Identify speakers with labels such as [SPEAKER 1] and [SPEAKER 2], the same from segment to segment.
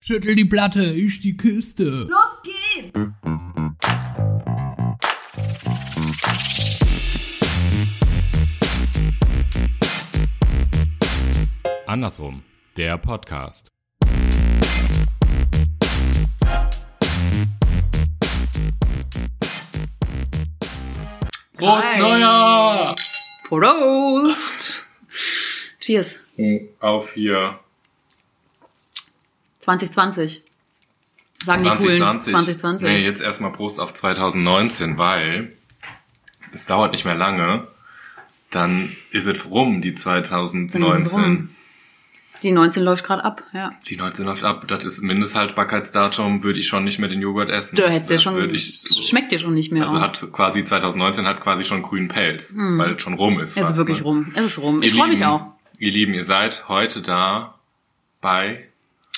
[SPEAKER 1] Schüttel die Platte, ich die Kiste.
[SPEAKER 2] Los geht's!
[SPEAKER 3] Andersrum, der Podcast.
[SPEAKER 1] Prost
[SPEAKER 2] Hi.
[SPEAKER 1] Neuer!
[SPEAKER 2] Prost! Cheers.
[SPEAKER 3] Auf hier.
[SPEAKER 2] 2020. Sagen die coolen.
[SPEAKER 3] 2020.
[SPEAKER 2] 2020.
[SPEAKER 3] Nee, jetzt erstmal Prost auf 2019, weil es dauert nicht mehr lange. Dann ist es rum, die 2019.
[SPEAKER 2] Dann ist es rum. Die 19 läuft gerade ab, ja.
[SPEAKER 3] Die 19 läuft ab, das ist Mindesthaltbarkeitsdatum, würde ich schon nicht mehr den Joghurt essen.
[SPEAKER 2] Du hättest ja
[SPEAKER 3] Das
[SPEAKER 2] schon.
[SPEAKER 3] Würde ich,
[SPEAKER 2] schmeckt dir schon nicht mehr.
[SPEAKER 3] also
[SPEAKER 2] auch.
[SPEAKER 3] hat quasi 2019 hat quasi schon grünen Pelz, weil es schon rum ist.
[SPEAKER 2] Mhm. es ist
[SPEAKER 3] fast,
[SPEAKER 2] wirklich
[SPEAKER 3] ne?
[SPEAKER 2] rum. Es ist rum. Ich
[SPEAKER 3] Ihr
[SPEAKER 2] freue mich
[SPEAKER 3] Lieben,
[SPEAKER 2] auch.
[SPEAKER 3] Ihr Lieben, ihr seid heute da bei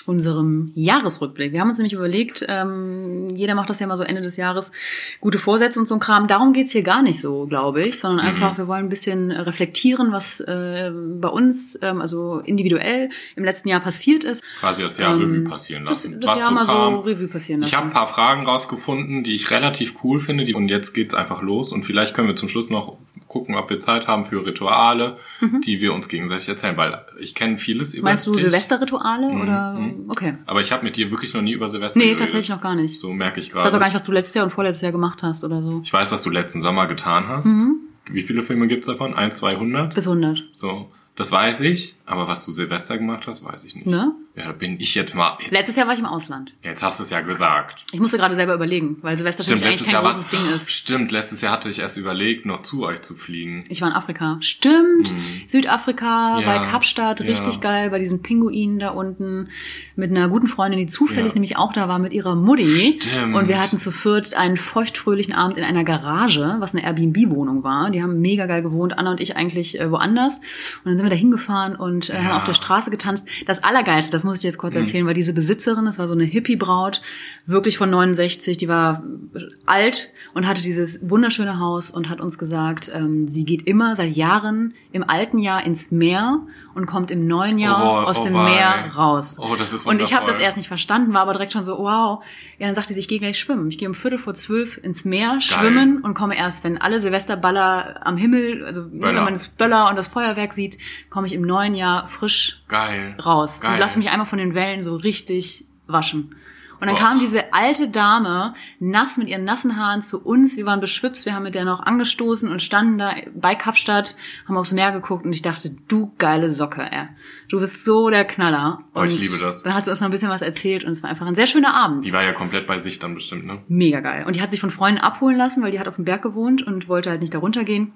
[SPEAKER 2] unserem Jahresrückblick. Wir haben uns nämlich überlegt, ähm, jeder macht das ja mal so Ende des Jahres, gute Vorsätze und so ein Kram. Darum geht's hier gar nicht so, glaube ich, sondern
[SPEAKER 3] Mhm.
[SPEAKER 2] einfach, wir wollen ein bisschen reflektieren, was äh, bei uns, ähm, also individuell im letzten Jahr passiert ist.
[SPEAKER 3] quasi das Jahr
[SPEAKER 2] Ähm,
[SPEAKER 3] Revue passieren
[SPEAKER 2] Das,
[SPEAKER 3] lassen.
[SPEAKER 2] das
[SPEAKER 3] was
[SPEAKER 2] Jahr
[SPEAKER 3] so
[SPEAKER 2] mal
[SPEAKER 3] kam.
[SPEAKER 2] so Revue passieren lassen.
[SPEAKER 3] Ich habe ein paar Fragen rausgefunden, die ich relativ cool finde. Die, und jetzt geht's einfach los. Und vielleicht können wir zum Schluss noch gucken, ob wir Zeit haben für Rituale, die wir uns gegenseitig erzählen. Weil ich kenne vieles über
[SPEAKER 2] Mhm. Meinst du
[SPEAKER 3] dich,
[SPEAKER 2] Silvesterrituale oder?
[SPEAKER 3] mhm.
[SPEAKER 2] Okay.
[SPEAKER 3] Aber ich habe mit dir wirklich noch nie über Silvester
[SPEAKER 2] Nee,
[SPEAKER 3] geredet.
[SPEAKER 2] tatsächlich noch gar nicht.
[SPEAKER 3] So merke ich
[SPEAKER 2] Ich weiß auch gar
[SPEAKER 3] gerade.
[SPEAKER 2] nicht, was du letztes Jahr und vorletztes Jahr gemacht hast oder so.
[SPEAKER 3] Ich weiß, was du letzten Sommer getan hast.
[SPEAKER 2] Mhm.
[SPEAKER 3] Wie viele Filme gibt's davon? Eins, 200?
[SPEAKER 2] Bis 100.
[SPEAKER 3] So, das weiß ich. Aber was du Silvester gemacht hast, weiß ich nicht.
[SPEAKER 2] Ne?
[SPEAKER 3] Ja, da bin ich jetzt mal... Jetzt,
[SPEAKER 2] Letztes Jahr war ich im Ausland.
[SPEAKER 3] jetzt hast du es ja gesagt.
[SPEAKER 2] Ich musste gerade selber überlegen, weil Silvester für mich eigentlich kein
[SPEAKER 3] war-
[SPEAKER 2] großes Ding ist.
[SPEAKER 3] Stimmt, letztes Jahr hatte ich erst überlegt, noch zu euch zu fliegen.
[SPEAKER 2] Ich war in Afrika. Stimmt. Südafrika,
[SPEAKER 3] Mhm. Ja.
[SPEAKER 2] bei Kapstadt,
[SPEAKER 3] Ja.
[SPEAKER 2] richtig geil, bei diesen Pinguinen da unten. Mit einer guten Freundin, die zufällig
[SPEAKER 3] Ja.
[SPEAKER 2] nämlich auch da war, mit ihrer Mutti.
[SPEAKER 3] Stimmt.
[SPEAKER 2] Und wir hatten zu viert einen feuchtfröhlichen Abend in einer Garage, was eine Airbnb-Wohnung war. Die haben mega geil gewohnt, Anna und ich eigentlich äh, woanders. Und dann sind wir da hingefahren und äh, haben
[SPEAKER 3] Ja.
[SPEAKER 2] auf der Straße getanzt. Das Allergeilste, das muss ich dir jetzt kurz erzählen, war diese Besitzerin, das war so eine Hippie-Braut, wirklich von 69, die war äh, alt und hatte dieses wunderschöne Haus und hat uns gesagt, ähm, sie geht immer seit Jahren im alten Jahr ins Meer und kommt im neuen Jahr
[SPEAKER 3] Oh,
[SPEAKER 2] aus
[SPEAKER 3] oh
[SPEAKER 2] dem
[SPEAKER 3] wei.
[SPEAKER 2] Meer raus.
[SPEAKER 3] Oh, das ist
[SPEAKER 2] Und ich habe das
[SPEAKER 3] wundervoll.
[SPEAKER 2] erst nicht verstanden, war aber direkt schon so, wow. Ja, dann sagte sie, ich gehe gleich schwimmen. Ich gehe um Viertel vor zwölf ins Meer schwimmen und komme erst, wenn alle Silvesterballer am Himmel, also ne, wenn
[SPEAKER 3] Böller.
[SPEAKER 2] man das Böller und das Feuerwerk sieht, komme ich im neuen Jahr frisch
[SPEAKER 3] Geil.
[SPEAKER 2] raus
[SPEAKER 3] Geil.
[SPEAKER 2] und lass mich einmal von den Wellen so richtig waschen. Und dann
[SPEAKER 3] Boah.
[SPEAKER 2] kam diese alte Dame, nass mit ihren nassen Haaren, zu uns. Wir waren beschwipst, wir haben mit der noch angestoßen und standen da bei Kapstadt, haben aufs Meer geguckt und ich dachte, du geile Socke, ey. Du bist so der Knaller.
[SPEAKER 3] Oh, ich
[SPEAKER 2] Und
[SPEAKER 3] liebe das.
[SPEAKER 2] Dann hat sie uns noch ein bisschen was erzählt und es war einfach ein sehr schöner Abend.
[SPEAKER 3] Die war ja komplett bei sich dann bestimmt, ne?
[SPEAKER 2] Mega geil. Und die hat sich von Freunden abholen lassen, weil die hat auf dem Berg gewohnt und wollte halt nicht da runtergehen.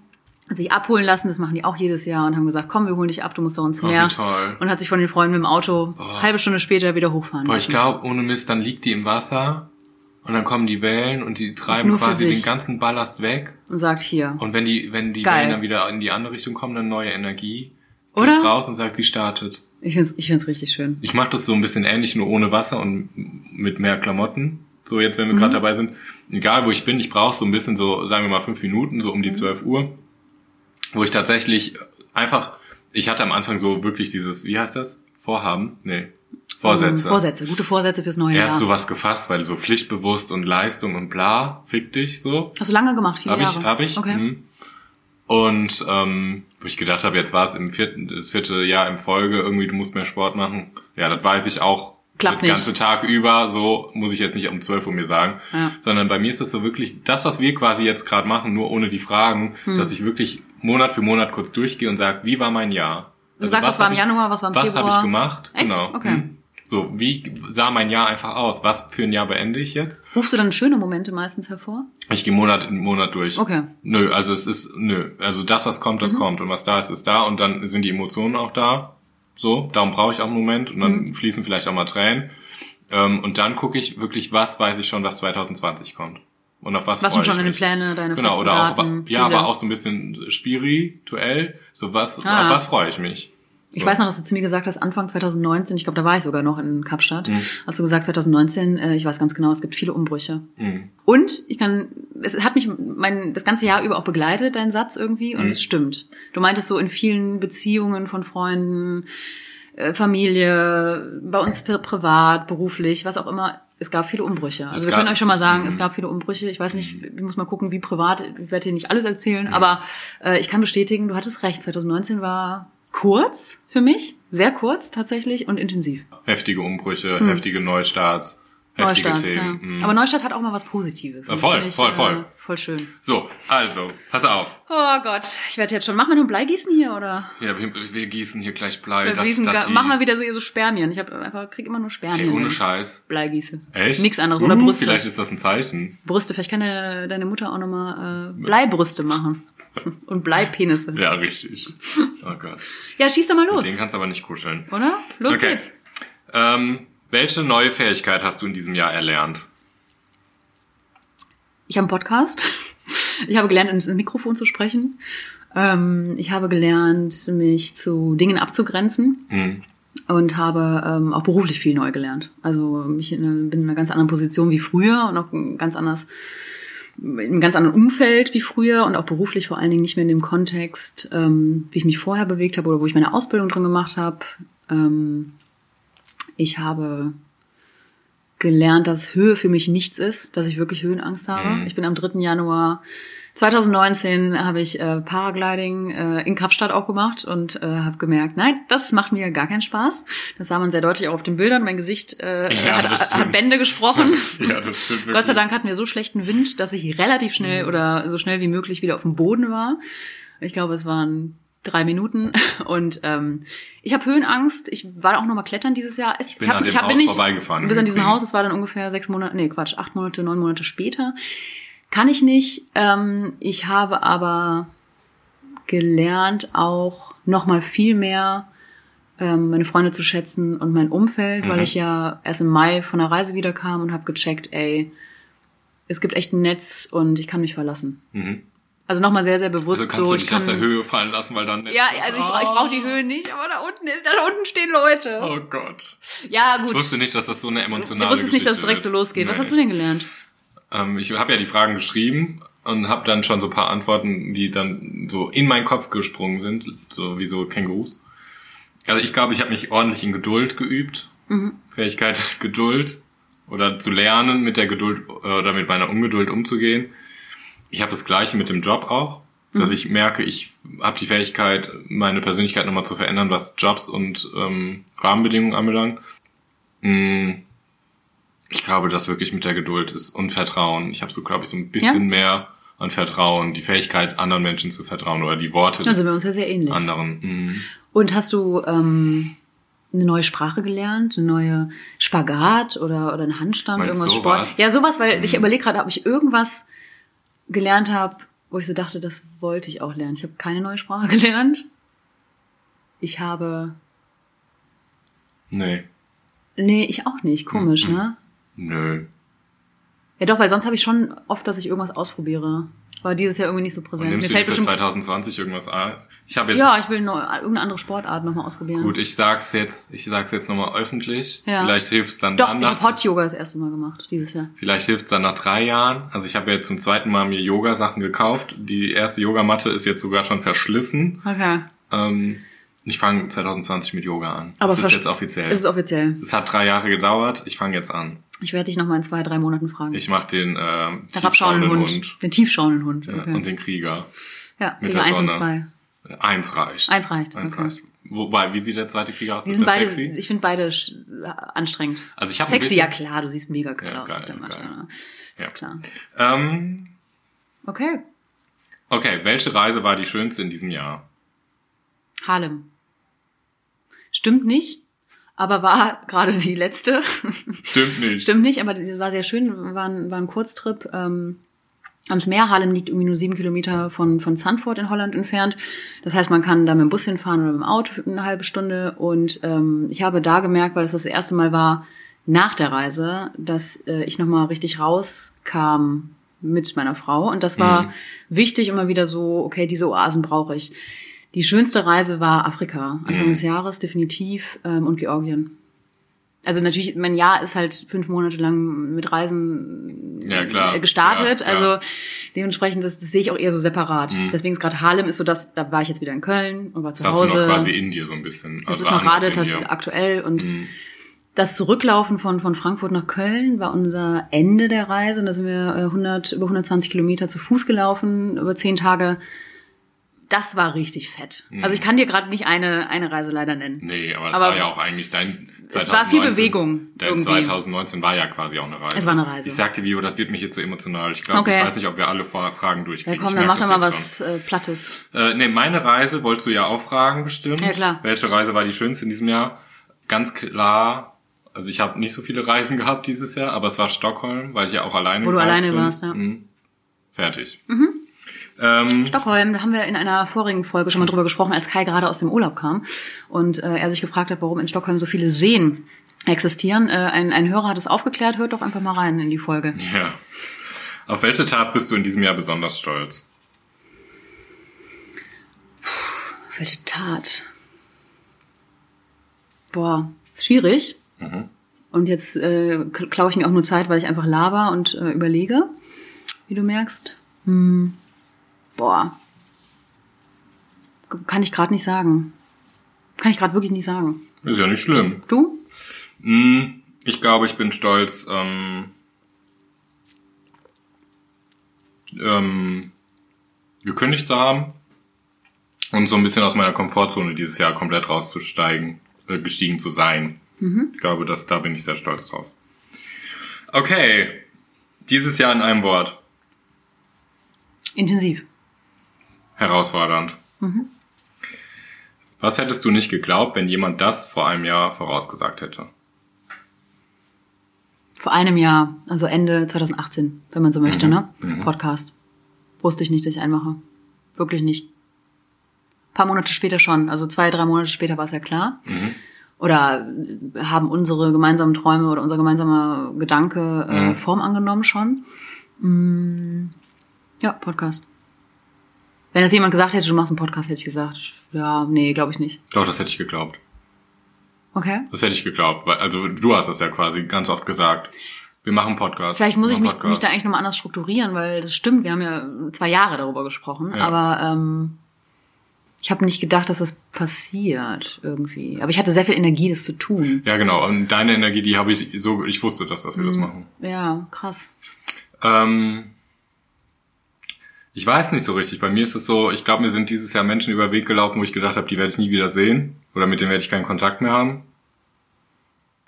[SPEAKER 2] Hat sich abholen lassen, das machen die auch jedes Jahr und haben gesagt, komm, wir holen dich ab, du musst doch ins
[SPEAKER 3] Oh, wie
[SPEAKER 2] Meer.
[SPEAKER 3] toll.
[SPEAKER 2] Und hat sich von den Freunden mit dem Auto halbe Stunde später wieder hochfahren
[SPEAKER 3] Boah, ich
[SPEAKER 2] lassen.
[SPEAKER 3] glaube, ohne Mist, dann liegt die im Wasser und dann kommen die Wellen und die
[SPEAKER 2] Ist
[SPEAKER 3] treiben
[SPEAKER 2] nur für
[SPEAKER 3] quasi
[SPEAKER 2] sich.
[SPEAKER 3] den ganzen Ballast weg.
[SPEAKER 2] und sagt hier.
[SPEAKER 3] Und wenn die, wenn die
[SPEAKER 2] Geil.
[SPEAKER 3] Wellen dann wieder in die andere Richtung kommen, dann neue Energie.
[SPEAKER 2] Oder?
[SPEAKER 3] Geht raus und sagt, sie startet.
[SPEAKER 2] Ich find's, ich find's richtig schön.
[SPEAKER 3] Ich mache das so ein bisschen ähnlich, nur ohne Wasser und mit mehr Klamotten. So jetzt, wenn wir gerade dabei sind, egal wo ich bin, ich brauche so ein bisschen so, sagen wir mal fünf Minuten, so um die 12 Uhr, wo ich tatsächlich einfach, ich hatte am Anfang so wirklich dieses, wie heißt das? Vorhaben? Nee. Vorsätze.
[SPEAKER 2] Ähm, Vorsätze, gute Vorsätze fürs neue
[SPEAKER 3] Erst
[SPEAKER 2] Jahr.
[SPEAKER 3] sowas gefasst, weil so pflichtbewusst und Leistung und bla, fick dich so.
[SPEAKER 2] Hast du lange gemacht, viele
[SPEAKER 3] Habe
[SPEAKER 2] Jahre?
[SPEAKER 3] ich, habe ich.
[SPEAKER 2] Okay.
[SPEAKER 3] mhm. Und ähm, wo ich gedacht habe, jetzt war es im vierten, das vierte Jahr in Folge, irgendwie du musst mehr Sport machen. Ja, das weiß ich auch. den
[SPEAKER 2] Klappt nicht.
[SPEAKER 3] ganzen Tag über, so muss ich jetzt nicht um 12 Uhr mir sagen,
[SPEAKER 2] Ja.
[SPEAKER 3] sondern bei mir ist das so wirklich, das, was wir quasi jetzt gerade machen, nur ohne die Fragen,
[SPEAKER 2] Hm.
[SPEAKER 3] dass ich wirklich Monat für Monat kurz durchgehe und sage, wie war mein Jahr?
[SPEAKER 2] Du sagst, was
[SPEAKER 3] Also
[SPEAKER 2] war
[SPEAKER 3] hab
[SPEAKER 2] im
[SPEAKER 3] ich-
[SPEAKER 2] Januar, was war im
[SPEAKER 3] Was
[SPEAKER 2] Februar?
[SPEAKER 3] habe ich gemacht?
[SPEAKER 2] Echt?
[SPEAKER 3] Genau.
[SPEAKER 2] Okay.
[SPEAKER 3] Mhm. So, wie sah mein Jahr einfach aus? Was für ein Jahr beende ich jetzt?
[SPEAKER 2] Rufst du dann schöne Momente meistens hervor?
[SPEAKER 3] Ich gehe Monat in Monat durch.
[SPEAKER 2] Okay.
[SPEAKER 3] Nö, also es ist, nö. Also das, was kommt, das
[SPEAKER 2] Mhm.
[SPEAKER 3] kommt. Und was da ist, ist da. Und dann sind die Emotionen auch da. So, darum brauche ich auch einen Moment. Und dann
[SPEAKER 2] Mhm.
[SPEAKER 3] fließen vielleicht auch mal Tränen. Ähm, und dann gucke ich wirklich, was weiß ich schon, was 2020 kommt. Und auf was
[SPEAKER 2] Was
[SPEAKER 3] freue
[SPEAKER 2] sind schon
[SPEAKER 3] ich
[SPEAKER 2] deine
[SPEAKER 3] mich.
[SPEAKER 2] Pläne, deine
[SPEAKER 3] Genau,
[SPEAKER 2] festen
[SPEAKER 3] oder
[SPEAKER 2] Daten,
[SPEAKER 3] auch, ja,
[SPEAKER 2] Ziele?
[SPEAKER 3] aber auch so ein bisschen spirituell. So was,
[SPEAKER 2] Ah.
[SPEAKER 3] auf was freue ich mich?
[SPEAKER 2] Ich
[SPEAKER 3] So.
[SPEAKER 2] weiß noch, dass du zu mir gesagt hast, Anfang 2019, ich glaube, da war ich sogar noch in Kapstadt,
[SPEAKER 3] Mhm.
[SPEAKER 2] hast du gesagt, 2019, äh, ich weiß ganz genau, es gibt viele Umbrüche.
[SPEAKER 3] Mhm.
[SPEAKER 2] Und ich kann, es hat mich mein, das ganze Jahr über auch begleitet,
[SPEAKER 3] Mhm.
[SPEAKER 2] dein Satz irgendwie, und es stimmt. Du meintest so in vielen Beziehungen von Freunden, äh, Familie, bei uns pri- privat, beruflich, was auch immer. Es gab viele Umbrüche. Also
[SPEAKER 3] Es
[SPEAKER 2] wir
[SPEAKER 3] gab-
[SPEAKER 2] können euch schon mal sagen,
[SPEAKER 3] Mhm.
[SPEAKER 2] es gab viele Umbrüche. Ich weiß nicht, ich muss mal gucken, wie privat. Ich werde hier nicht alles erzählen, aber äh, ich kann bestätigen, du hattest recht. 2019 war kurz für mich, sehr kurz tatsächlich und intensiv.
[SPEAKER 3] Heftige Umbrüche, heftige Neustarts, heftige
[SPEAKER 2] Neustart, Hm. ja.
[SPEAKER 3] Themen. Mhm.
[SPEAKER 2] Aber Neustadt hat auch mal was Positives.
[SPEAKER 3] Ja,
[SPEAKER 2] Das
[SPEAKER 3] voll,
[SPEAKER 2] finde ich,
[SPEAKER 3] voll,
[SPEAKER 2] äh,
[SPEAKER 3] voll.
[SPEAKER 2] voll schön.
[SPEAKER 3] so, also, pass auf.
[SPEAKER 2] Oh Gott, ich werde jetzt schon. Machen wir nur Bleigießen hier oder? Äh,
[SPEAKER 3] Ja, wir, wir gießen hier gleich Blei.
[SPEAKER 2] Wir
[SPEAKER 3] dat-
[SPEAKER 2] gießen,
[SPEAKER 3] dat
[SPEAKER 2] gar-
[SPEAKER 3] die-
[SPEAKER 2] machen wir wieder so, so Spermien. Ich hab einfach krieg immer nur Spermien.
[SPEAKER 3] Ey, ohne
[SPEAKER 2] wenn ich
[SPEAKER 3] Scheiß.
[SPEAKER 2] Bleigieße.
[SPEAKER 3] Echt?
[SPEAKER 2] Nichts anderes oder
[SPEAKER 3] Uh,
[SPEAKER 2] Brüste.
[SPEAKER 3] Vielleicht ist das ein Zeichen.
[SPEAKER 2] Brüste, vielleicht kann deine, deine Mutter auch nochmal äh, Bleibrüste machen. Und Bleipenisse. Ja.
[SPEAKER 3] Ja, richtig. Oh Gott.
[SPEAKER 2] schieß doch mal los.
[SPEAKER 3] Den kannst du aber nicht kuscheln.
[SPEAKER 2] Oder? Los
[SPEAKER 3] Okay.
[SPEAKER 2] geht's.
[SPEAKER 3] Ähm, welche neue Fähigkeit hast du in diesem Jahr erlernt?
[SPEAKER 2] Ich habe einen Podcast. Ich habe gelernt, ins Mikrofon zu sprechen. Ähm, ich habe gelernt, mich zu Dingen abzugrenzen.
[SPEAKER 3] Hm.
[SPEAKER 2] und habe ähm, auch beruflich viel neu gelernt. Also ich in einer- bin in einer ganz anderen Position wie früher und auch ein ganz anders in einem ganz anderen Umfeld wie früher und auch beruflich vor allen Dingen nicht mehr in dem Kontext, ähm, wie ich mich vorher bewegt habe oder wo ich meine Ausbildung drin gemacht habe. Ähm, ich habe gelernt, dass Höhe für mich nichts ist, dass ich wirklich Höhenangst habe.
[SPEAKER 3] Mhm.
[SPEAKER 2] Ich bin am 3. Januar 2019 habe ich äh, Paragliding äh, in Kapstadt auch gemacht und äh, habe gemerkt, nein, das macht mir gar keinen Spaß. Das sah man sehr deutlich auch auf den Bildern. Mein Gesicht äh,
[SPEAKER 3] Ja,
[SPEAKER 2] hat,
[SPEAKER 3] das
[SPEAKER 2] hat
[SPEAKER 3] stimmt.
[SPEAKER 2] Bände gesprochen.
[SPEAKER 3] Ja, das stimmt wirklich. Mhm.
[SPEAKER 2] Gott sei Dank hatten wir so schlechten Wind, dass ich relativ schnell oder so schnell wie möglich wieder auf dem Boden war. Ich glaube, es waren drei Minuten und ähm, ich habe Höhenangst. Ich war auch noch mal klettern dieses Jahr. Es- Ich,
[SPEAKER 3] bin
[SPEAKER 2] hab's-
[SPEAKER 3] an dem Haus vorbeigefahren
[SPEAKER 2] Bis an diesem
[SPEAKER 3] übrigens.
[SPEAKER 2] Haus. Das war dann ungefähr sechs Monate, nee Quatsch, acht Monate, neun Monate später. Kann ich nicht. Ähm, ich habe aber gelernt, auch noch mal viel mehr ähm, meine Freunde zu schätzen und mein Umfeld, weil
[SPEAKER 3] Mhm.
[SPEAKER 2] ich ja erst im Mai von der Reise wiederkam und habe gecheckt, ey, es gibt echt ein Netz und ich kann mich verlassen.
[SPEAKER 3] Mhm.
[SPEAKER 2] Also nochmal sehr, sehr bewusst
[SPEAKER 3] Also kannst
[SPEAKER 2] so.
[SPEAKER 3] du dich
[SPEAKER 2] ich kann,
[SPEAKER 3] aus der Höhe fallen lassen, weil dann...
[SPEAKER 2] Ja, also ich, bra- ich brauche die Höhe nicht, aber da unten ist, da unten stehen Leute.
[SPEAKER 3] Oh Gott.
[SPEAKER 2] Ja, gut.
[SPEAKER 3] Ich wusste nicht, dass das so eine
[SPEAKER 2] du
[SPEAKER 3] emotionale
[SPEAKER 2] wusstest nicht,
[SPEAKER 3] Geschichte
[SPEAKER 2] dass es direkt
[SPEAKER 3] wird.
[SPEAKER 2] so losgeht. Was
[SPEAKER 3] Nee.
[SPEAKER 2] hast du denn gelernt?
[SPEAKER 3] Ähm, ich habe ja die Fragen geschrieben und habe dann schon so ein paar Antworten, die dann so in meinen Kopf gesprungen sind, so wie so Kängurus. Also ich glaube, ich habe mich ordentlich in Geduld geübt. Fähigkeit, Geduld oder zu lernen, mit der Geduld äh, oder mit meiner Ungeduld umzugehen. Ich habe das Gleiche mit dem Job auch, dass ich merke, ich habe die Fähigkeit, meine Persönlichkeit nochmal zu verändern, was Jobs und ähm, Rahmenbedingungen anbelangt. Mm, Ich glaube, das wirklich mit der Geduld ist und Vertrauen. Ich habe so, glaube ich, so ein bisschen mehr an Vertrauen, die Fähigkeit, anderen Menschen zu vertrauen oder die Worte
[SPEAKER 2] Also
[SPEAKER 3] des
[SPEAKER 2] bei uns ja sehr ähnlich.
[SPEAKER 3] anderen. Mhm.
[SPEAKER 2] Und hast du ähm, eine neue Sprache gelernt, eine neue Spagat oder, oder einen Handstand,
[SPEAKER 3] Meinst Mhm.
[SPEAKER 2] irgendwas
[SPEAKER 3] sowas?
[SPEAKER 2] Sport? Ja, sowas, weil ich überlege gerade, ob ich irgendwas gelernt habe, wo ich so dachte, das wollte ich auch lernen. Ich habe keine neue Sprache gelernt. Ich habe.
[SPEAKER 3] Mm, Nee,
[SPEAKER 2] Nee, ich auch nicht. Komisch,
[SPEAKER 3] Mhm.
[SPEAKER 2] ne?
[SPEAKER 3] nö.
[SPEAKER 2] Ja, doch, weil sonst habe ich schon oft, dass ich irgendwas ausprobiere. War dieses Jahr irgendwie nicht so
[SPEAKER 3] Und
[SPEAKER 2] präsent. Also, Mir
[SPEAKER 3] nimmst du dir
[SPEAKER 2] fällt
[SPEAKER 3] für
[SPEAKER 2] bestimmt.
[SPEAKER 3] 2020 irgendwas ein? Ich habe jetzt
[SPEAKER 2] Ja, ich will neu, irgendeine andere Sportart nochmal ausprobieren.
[SPEAKER 3] Gut, ich sag's jetzt, ich sag's jetzt nochmal öffentlich.
[SPEAKER 2] Ja.
[SPEAKER 3] Vielleicht hilft's dann
[SPEAKER 2] doch,
[SPEAKER 3] dann
[SPEAKER 2] ich habe
[SPEAKER 3] nach,
[SPEAKER 2] Hot Yoga das erste Mal gemacht dieses Jahr.
[SPEAKER 3] vielleicht hilft's dann nach drei Jahren. Also ich habe jetzt zum zweiten Mal mir Yoga Sachen gekauft. Die erste Yogamatte ist jetzt sogar schon verschlissen.
[SPEAKER 2] Okay.
[SPEAKER 3] Ähm, ich fange 2020 mit Yoga an.
[SPEAKER 2] Aber
[SPEAKER 3] das ist
[SPEAKER 2] versch-
[SPEAKER 3] jetzt offiziell.
[SPEAKER 2] Es ist offiziell.
[SPEAKER 3] es hat drei Jahre gedauert. Ich fange jetzt an.
[SPEAKER 2] Ich werde dich nochmal in zwei, drei Monaten fragen.
[SPEAKER 3] Ich mache den ähm,
[SPEAKER 2] Herabschauenden
[SPEAKER 3] tiefschauenden
[SPEAKER 2] Hund. Den tiefschauenden Hund.
[SPEAKER 3] Ja,
[SPEAKER 2] Okay.
[SPEAKER 3] äh, und den Krieger.
[SPEAKER 2] ja
[SPEAKER 3] mit
[SPEAKER 2] Liga
[SPEAKER 3] der
[SPEAKER 2] 1 und
[SPEAKER 3] Sonne.
[SPEAKER 2] 2.
[SPEAKER 3] Eins reicht.
[SPEAKER 2] Eins reicht,
[SPEAKER 3] Eins
[SPEAKER 2] okay.
[SPEAKER 3] reicht. Wobei, wie sieht der zweite Krieger aus?
[SPEAKER 2] Die
[SPEAKER 3] Ist
[SPEAKER 2] sind
[SPEAKER 3] der
[SPEAKER 2] beide,
[SPEAKER 3] sexy?
[SPEAKER 2] ich finde beide sch- äh, anstrengend.
[SPEAKER 3] Also ich hab ein
[SPEAKER 2] Sexy,
[SPEAKER 3] bisschen-
[SPEAKER 2] ja klar, du siehst mega geil
[SPEAKER 3] Ja,
[SPEAKER 2] aus
[SPEAKER 3] geil,
[SPEAKER 2] auf der Matte.
[SPEAKER 3] geil.
[SPEAKER 2] ne? Ist
[SPEAKER 3] Ja.
[SPEAKER 2] klar.
[SPEAKER 3] Ähm,
[SPEAKER 2] Okay.
[SPEAKER 3] okay, welche Reise war die schönste in diesem Jahr?
[SPEAKER 2] Harlem. Stimmt nicht, aber war gerade die letzte.
[SPEAKER 3] Stimmt nicht.
[SPEAKER 2] Stimmt nicht, aber die war sehr schön, war ein, war ein Kurztrip ähm, ans Meer. Harlem liegt irgendwie nur sieben Kilometer von, von Zandvoort in Holland entfernt. Das heißt, man kann da mit dem Bus hinfahren oder mit dem Auto für eine halbe Stunde. Und ähm, ich habe da gemerkt, weil das das erste Mal war nach der Reise, dass äh, ich nochmal richtig rauskam mit meiner Frau. Und das war
[SPEAKER 3] Mhm.
[SPEAKER 2] wichtig, immer wieder so, okay, diese Oasen brauche ich. Die schönste Reise war Afrika, Anfang
[SPEAKER 3] Mhm.
[SPEAKER 2] des Jahres definitiv ähm, und Georgien. Also natürlich, mein Jahr ist halt fünf Monate lang mit Reisen
[SPEAKER 3] Ja, klar.
[SPEAKER 2] äh, gestartet.
[SPEAKER 3] Ja,
[SPEAKER 2] also
[SPEAKER 3] ja.
[SPEAKER 2] dementsprechend, das, das sehe ich auch eher so separat.
[SPEAKER 3] Mhm.
[SPEAKER 2] Deswegen ist gerade Harlem ist so das, da war ich jetzt wieder in Köln und war zu
[SPEAKER 3] Das hast du
[SPEAKER 2] Hause.
[SPEAKER 3] noch quasi in dir so ein bisschen.
[SPEAKER 2] das
[SPEAKER 3] also
[SPEAKER 2] ist noch
[SPEAKER 3] anders
[SPEAKER 2] gerade
[SPEAKER 3] in
[SPEAKER 2] das
[SPEAKER 3] dir.
[SPEAKER 2] aktuell und
[SPEAKER 3] Mhm.
[SPEAKER 2] das Zurücklaufen von, von Frankfurt nach Köln war unser Ende der Reise. Und da sind wir äh, 100, über 120 Kilometer zu Fuß gelaufen, über zehn Tage. Das war richtig fett.
[SPEAKER 3] Mhm.
[SPEAKER 2] Also ich kann dir gerade nicht eine, eine Reise leider nennen.
[SPEAKER 3] Nee, aber es
[SPEAKER 2] Aber
[SPEAKER 3] war ja auch eigentlich dein 2019.
[SPEAKER 2] es war viel Bewegung
[SPEAKER 3] Dein
[SPEAKER 2] irgendwie.
[SPEAKER 3] 2019 war ja quasi auch eine Reise.
[SPEAKER 2] Es war eine Reise.
[SPEAKER 3] Ich sagte, Vio, das wird mich jetzt so emotional. Ich glaube,
[SPEAKER 2] Okay.
[SPEAKER 3] ich weiß nicht, ob wir alle Fra- Fragen
[SPEAKER 2] Ja,
[SPEAKER 3] durchkriegen.
[SPEAKER 2] komm,
[SPEAKER 3] ich
[SPEAKER 2] dann mach
[SPEAKER 3] merke
[SPEAKER 2] doch
[SPEAKER 3] das jetzt
[SPEAKER 2] mal
[SPEAKER 3] schon.
[SPEAKER 2] was äh, Plattes.
[SPEAKER 3] Äh, nee, meine Reise wolltest du ja auch fragen, bestimmt.
[SPEAKER 2] Ja, klar.
[SPEAKER 3] Welche Reise war die schönste in diesem Jahr? Ganz klar, also ich habe nicht so viele Reisen gehabt dieses Jahr, aber es war Stockholm, weil ich ja auch alleine
[SPEAKER 2] Wo du
[SPEAKER 3] gereist
[SPEAKER 2] alleine
[SPEAKER 3] bin.
[SPEAKER 2] warst, ja.
[SPEAKER 3] Mhm. Fertig. Mhm. Ähm,
[SPEAKER 2] Stockholm, da haben wir in einer vorigen Folge schon mal drüber gesprochen, als Kai gerade aus dem Urlaub kam und äh, er sich gefragt hat, warum in Stockholm so viele Seen existieren. Äh, ein, ein Hörer hat es aufgeklärt, hört doch einfach mal rein in die Folge.
[SPEAKER 3] ja. Auf welche Tat bist du in diesem Jahr besonders stolz?
[SPEAKER 2] Welche Tat? Boah, schwierig. Und jetzt äh, k- klaue ich mir auch nur Zeit, weil ich einfach laber und äh, überlege, wie du merkst. Hm. Boah. Kann ich gerade nicht sagen. Kann ich gerade wirklich nicht sagen.
[SPEAKER 3] Ist ja nicht schlimm.
[SPEAKER 2] Du?
[SPEAKER 3] Mm, Ich glaube, ich bin stolz, ähm, ähm, gekündigt zu haben und so ein bisschen aus meiner Komfortzone dieses Jahr komplett rauszusteigen, äh, gestiegen zu sein. Ich glaube, das, da bin ich sehr stolz drauf. Okay, dieses Jahr in einem Wort.
[SPEAKER 2] Intensiv.
[SPEAKER 3] Herausfordernd. Was hättest du nicht geglaubt, wenn jemand das vor einem Jahr vorausgesagt hätte?
[SPEAKER 2] Vor einem Jahr, also Ende 2018, wenn man so möchte, ne? Podcast. Wusste ich nicht, dass ich einen mache. Wirklich nicht. paar Monate später schon, also zwei, drei Monate später war es ja klar. Oder äh, haben unsere gemeinsamen Träume oder unser gemeinsamer Gedanke äh,
[SPEAKER 3] Mhm.
[SPEAKER 2] Form angenommen schon. Mm, ja, Podcast. Wenn das jemand gesagt hätte, du machst einen Podcast, hätte ich gesagt, ja, nee, glaube ich nicht.
[SPEAKER 3] Doch, das hätte ich geglaubt.
[SPEAKER 2] Okay.
[SPEAKER 3] Das hätte ich geglaubt, weil, also du hast das ja quasi ganz oft gesagt. Wir machen Podcast.
[SPEAKER 2] Vielleicht muss
[SPEAKER 3] wir
[SPEAKER 2] ich mich,
[SPEAKER 3] machen
[SPEAKER 2] mich da
[SPEAKER 3] Podcast.
[SPEAKER 2] eigentlich nochmal anders strukturieren, weil das stimmt, wir haben ja zwei Jahre darüber gesprochen,
[SPEAKER 3] Ja.
[SPEAKER 2] aber ähm, ich habe nicht gedacht, dass das passiert irgendwie. Aber ich hatte sehr viel Energie, das zu tun.
[SPEAKER 3] Ja, genau. Und deine Energie, die habe ich so, ich wusste das, dass wir
[SPEAKER 2] Mhm.
[SPEAKER 3] das machen.
[SPEAKER 2] Ja, krass.
[SPEAKER 3] Ähm, ich weiß nicht so richtig. Bei mir ist es so, ich glaube, mir sind dieses Jahr Menschen über den Weg gelaufen, wo ich gedacht habe, die werde ich nie wieder sehen. Oder mit denen werde ich keinen Kontakt mehr haben.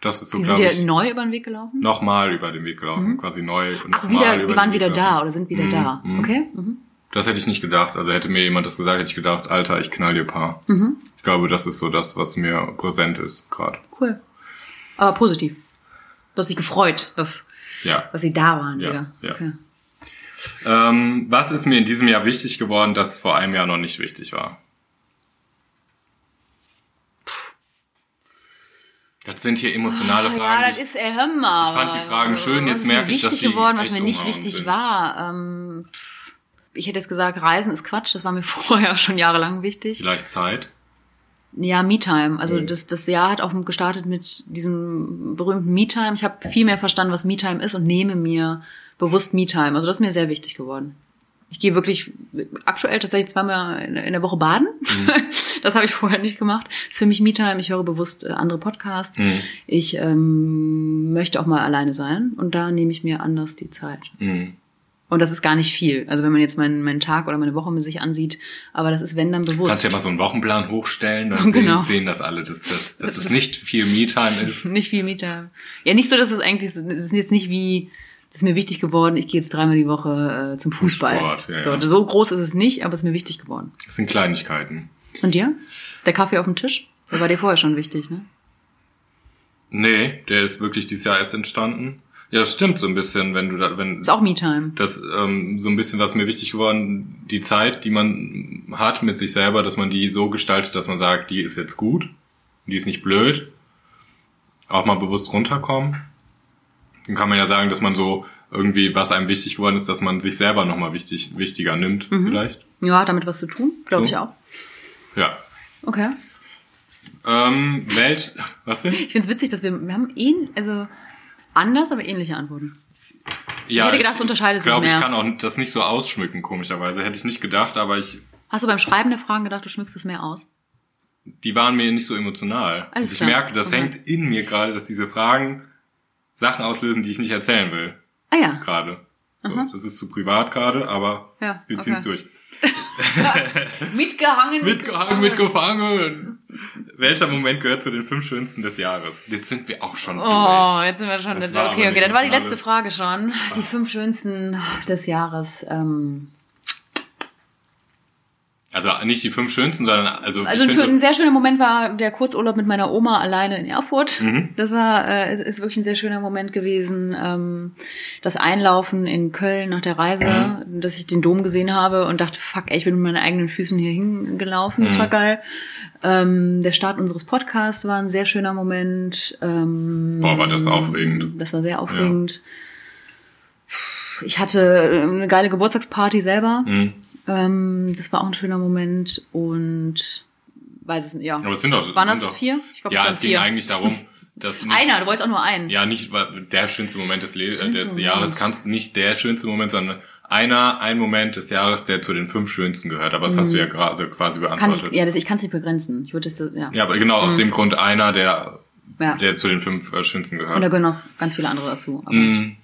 [SPEAKER 3] Das ist so,
[SPEAKER 2] die sind
[SPEAKER 3] glaube
[SPEAKER 2] dir
[SPEAKER 3] ich,
[SPEAKER 2] neu über den Weg gelaufen?
[SPEAKER 3] nochmal über den Weg gelaufen, quasi neu. Und
[SPEAKER 2] Ach,
[SPEAKER 3] nochmal
[SPEAKER 2] wieder,
[SPEAKER 3] über
[SPEAKER 2] die
[SPEAKER 3] den
[SPEAKER 2] waren
[SPEAKER 3] Weg
[SPEAKER 2] wieder da
[SPEAKER 3] gelaufen.
[SPEAKER 2] oder sind wieder
[SPEAKER 3] Mhm,
[SPEAKER 2] da.
[SPEAKER 3] mhm.
[SPEAKER 2] Okay? Mhm.
[SPEAKER 3] Das hätte ich nicht gedacht. Also hätte mir jemand das gesagt, hätte ich gedacht, Alter, ich knall dir ein paar.
[SPEAKER 2] Mhm.
[SPEAKER 3] Ich glaube, das ist so das, was mir präsent ist gerade.
[SPEAKER 2] Cool. Aber positiv. Du hast dich gefreut, dass,
[SPEAKER 3] Ja.
[SPEAKER 2] dass sie da waren
[SPEAKER 3] Ja,
[SPEAKER 2] wieder.
[SPEAKER 3] ja.
[SPEAKER 2] Okay.
[SPEAKER 3] Ähm, was ist mir in diesem Jahr wichtig geworden, das vor einem Jahr noch nicht wichtig war? Das sind hier emotionale
[SPEAKER 2] Ah,
[SPEAKER 3] Fragen.
[SPEAKER 2] Ja,
[SPEAKER 3] die
[SPEAKER 2] das
[SPEAKER 3] ich-
[SPEAKER 2] ist, ey, hör mal.
[SPEAKER 3] Ich fand die Fragen schön,
[SPEAKER 2] Was
[SPEAKER 3] jetzt
[SPEAKER 2] ist mir
[SPEAKER 3] merke ich, dass
[SPEAKER 2] wichtig
[SPEAKER 3] die
[SPEAKER 2] geworden, was
[SPEAKER 3] echt
[SPEAKER 2] mir nicht
[SPEAKER 3] umhauen
[SPEAKER 2] wichtig
[SPEAKER 3] sind.
[SPEAKER 2] war. Ähm, pff, ich hätte jetzt gesagt, Reisen ist Quatsch, das war mir vorher schon jahrelang wichtig.
[SPEAKER 3] Vielleicht Zeit.
[SPEAKER 2] Ja, Me-Time. Also
[SPEAKER 3] Mhm.
[SPEAKER 2] das, das Jahr hat auch gestartet mit diesem berühmten Me-Time. Ich habe viel mehr verstanden, was Me-Time ist und nehme mir bewusst Me-Time. Also das ist mir sehr wichtig geworden. Ich gehe wirklich aktuell tatsächlich zweimal in, in der Woche baden.
[SPEAKER 3] Mhm.
[SPEAKER 2] Das habe ich vorher nicht gemacht. Das ist für mich Me-Time. Ich höre bewusst äh, andere Podcasts.
[SPEAKER 3] Mhm.
[SPEAKER 2] Ich ähm, möchte auch mal alleine sein und da nehme ich mir anders die Zeit.
[SPEAKER 3] Mhm.
[SPEAKER 2] Und das ist gar nicht viel. Also wenn man jetzt meinen, meinen Tag oder meine Woche mir sich ansieht, aber das ist wenn dann bewusst.
[SPEAKER 3] Kannst ja mal so einen Wochenplan hochstellen, dann
[SPEAKER 2] Genau.
[SPEAKER 3] sehen, sehen das alle, dass, dass, dass es nicht viel Me-Time ist.
[SPEAKER 2] nicht viel Mieter. Ja, nicht so, dass es eigentlich, es ist jetzt nicht wie, es ist mir wichtig geworden, ich gehe jetzt dreimal die Woche äh, zum Fußball.
[SPEAKER 3] Sport, ja,
[SPEAKER 2] so,
[SPEAKER 3] ja.
[SPEAKER 2] so groß ist es nicht, aber es ist mir wichtig geworden.
[SPEAKER 3] Das sind Kleinigkeiten.
[SPEAKER 2] Und dir? Der Kaffee auf dem Tisch? Der war dir vorher schon wichtig, ne?
[SPEAKER 3] Nee, der ist wirklich dieses Jahr erst entstanden. Ja, das stimmt so ein bisschen, wenn du da, wenn
[SPEAKER 2] Ist auch Me-Time.
[SPEAKER 3] das ähm, so ein bisschen was mir wichtig geworden, die Zeit, die man hat mit sich selber, dass man die so gestaltet, dass man sagt, die ist jetzt gut, die ist nicht blöd, auch mal bewusst runterkommen. Dann kann man ja sagen, dass man so irgendwie, was einem wichtig geworden ist, dass man sich selber nochmal wichtig, wichtiger
[SPEAKER 2] Mhm.
[SPEAKER 3] nimmt, vielleicht.
[SPEAKER 2] Ja, damit was zu tun, glaube
[SPEAKER 3] So.
[SPEAKER 2] ich auch.
[SPEAKER 3] Ja.
[SPEAKER 2] Okay.
[SPEAKER 3] Ähm, Welt, was denn?
[SPEAKER 2] Ich finde es witzig, dass wir, wir haben ähn, also anders, aber ähnliche Antworten.
[SPEAKER 3] Ja,
[SPEAKER 2] hätte gedacht, es unterscheidet sich
[SPEAKER 3] glaub, Ich
[SPEAKER 2] mehr.
[SPEAKER 3] glaube, ich kann auch das nicht so ausschmücken, komischerweise. Hätte ich nicht gedacht, aber ich,
[SPEAKER 2] Hast du beim Schreiben der Fragen gedacht, du schmückst es mehr aus?
[SPEAKER 3] die waren mir nicht so emotional.
[SPEAKER 2] Alles
[SPEAKER 3] ich
[SPEAKER 2] klar.
[SPEAKER 3] merke, das
[SPEAKER 2] Okay.
[SPEAKER 3] hängt in mir gerade, dass diese Fragen Sachen auslösen, die ich nicht erzählen will,
[SPEAKER 2] Ah ja.
[SPEAKER 3] gerade. So, das ist zu privat gerade, aber
[SPEAKER 2] Ja,
[SPEAKER 3] wir ziehen es
[SPEAKER 2] okay.
[SPEAKER 3] durch.
[SPEAKER 2] Mitgehangen.
[SPEAKER 3] Mitgehangen, mitgefangen. Welcher Moment gehört zu den fünf schönsten des Jahres? Jetzt sind wir auch schon
[SPEAKER 2] Oh,
[SPEAKER 3] durch.
[SPEAKER 2] jetzt sind wir schon.
[SPEAKER 3] Das war
[SPEAKER 2] okay,
[SPEAKER 3] aber
[SPEAKER 2] okay, das war die
[SPEAKER 3] eine
[SPEAKER 2] letzte Frage schon. Die fünf schönsten des Jahres. Ähm,
[SPEAKER 3] Also nicht die fünf schönsten, sondern also,
[SPEAKER 2] also
[SPEAKER 3] ich
[SPEAKER 2] ein, schön-
[SPEAKER 3] finde,
[SPEAKER 2] ein sehr schöner Moment war der Kurzurlaub mit meiner Oma alleine in Erfurt.
[SPEAKER 3] Mhm.
[SPEAKER 2] Das war äh, ist- ist wirklich ein sehr schöner Moment gewesen. Ähm, das Einlaufen in Köln nach der Reise,
[SPEAKER 3] Mhm.
[SPEAKER 2] dass ich den Dom gesehen habe und dachte, fuck, ey, ich bin mit meinen eigenen Füßen hier hingelaufen. Das
[SPEAKER 3] Mhm.
[SPEAKER 2] war geil. Ähm, der Start unseres Podcasts war ein sehr schöner Moment. Ähm,
[SPEAKER 3] Boah, war das aufregend.
[SPEAKER 2] Das war sehr aufregend. Ich hatte ähm, eine geile Geburtstagsparty selber.
[SPEAKER 3] Mhm.
[SPEAKER 2] Ähm, das war auch ein schöner Moment und weiß es nicht, ja.
[SPEAKER 3] Aber es sind doch
[SPEAKER 2] Waren
[SPEAKER 3] sind
[SPEAKER 2] das
[SPEAKER 3] doch,
[SPEAKER 2] vier? Ich glaub, es
[SPEAKER 3] ja,
[SPEAKER 2] waren
[SPEAKER 3] es ging
[SPEAKER 2] vier.
[SPEAKER 3] eigentlich darum, dass nicht,
[SPEAKER 2] Einer, du wolltest auch nur einen.
[SPEAKER 3] ja nicht weil der schönste Moment des, Le
[SPEAKER 2] Schönste
[SPEAKER 3] des
[SPEAKER 2] Moment.
[SPEAKER 3] Jahres kannst nicht der schönste Moment, sondern einer ein Moment des Jahres, der zu den fünf schönsten gehört. Aber das hast du ja gerade quasi
[SPEAKER 2] Mhm. Kann
[SPEAKER 3] beantwortet.
[SPEAKER 2] ich, ja, das, ich kann es nicht begrenzen. Ich würde das, äh, ja.
[SPEAKER 3] ja, aber genau aus dem Grund einer, der
[SPEAKER 2] ja.
[SPEAKER 3] der zu den fünf äh, schönsten
[SPEAKER 2] Und da
[SPEAKER 3] gehört.
[SPEAKER 2] gehören auch ganz viele andere dazu. Aber
[SPEAKER 3] Mm.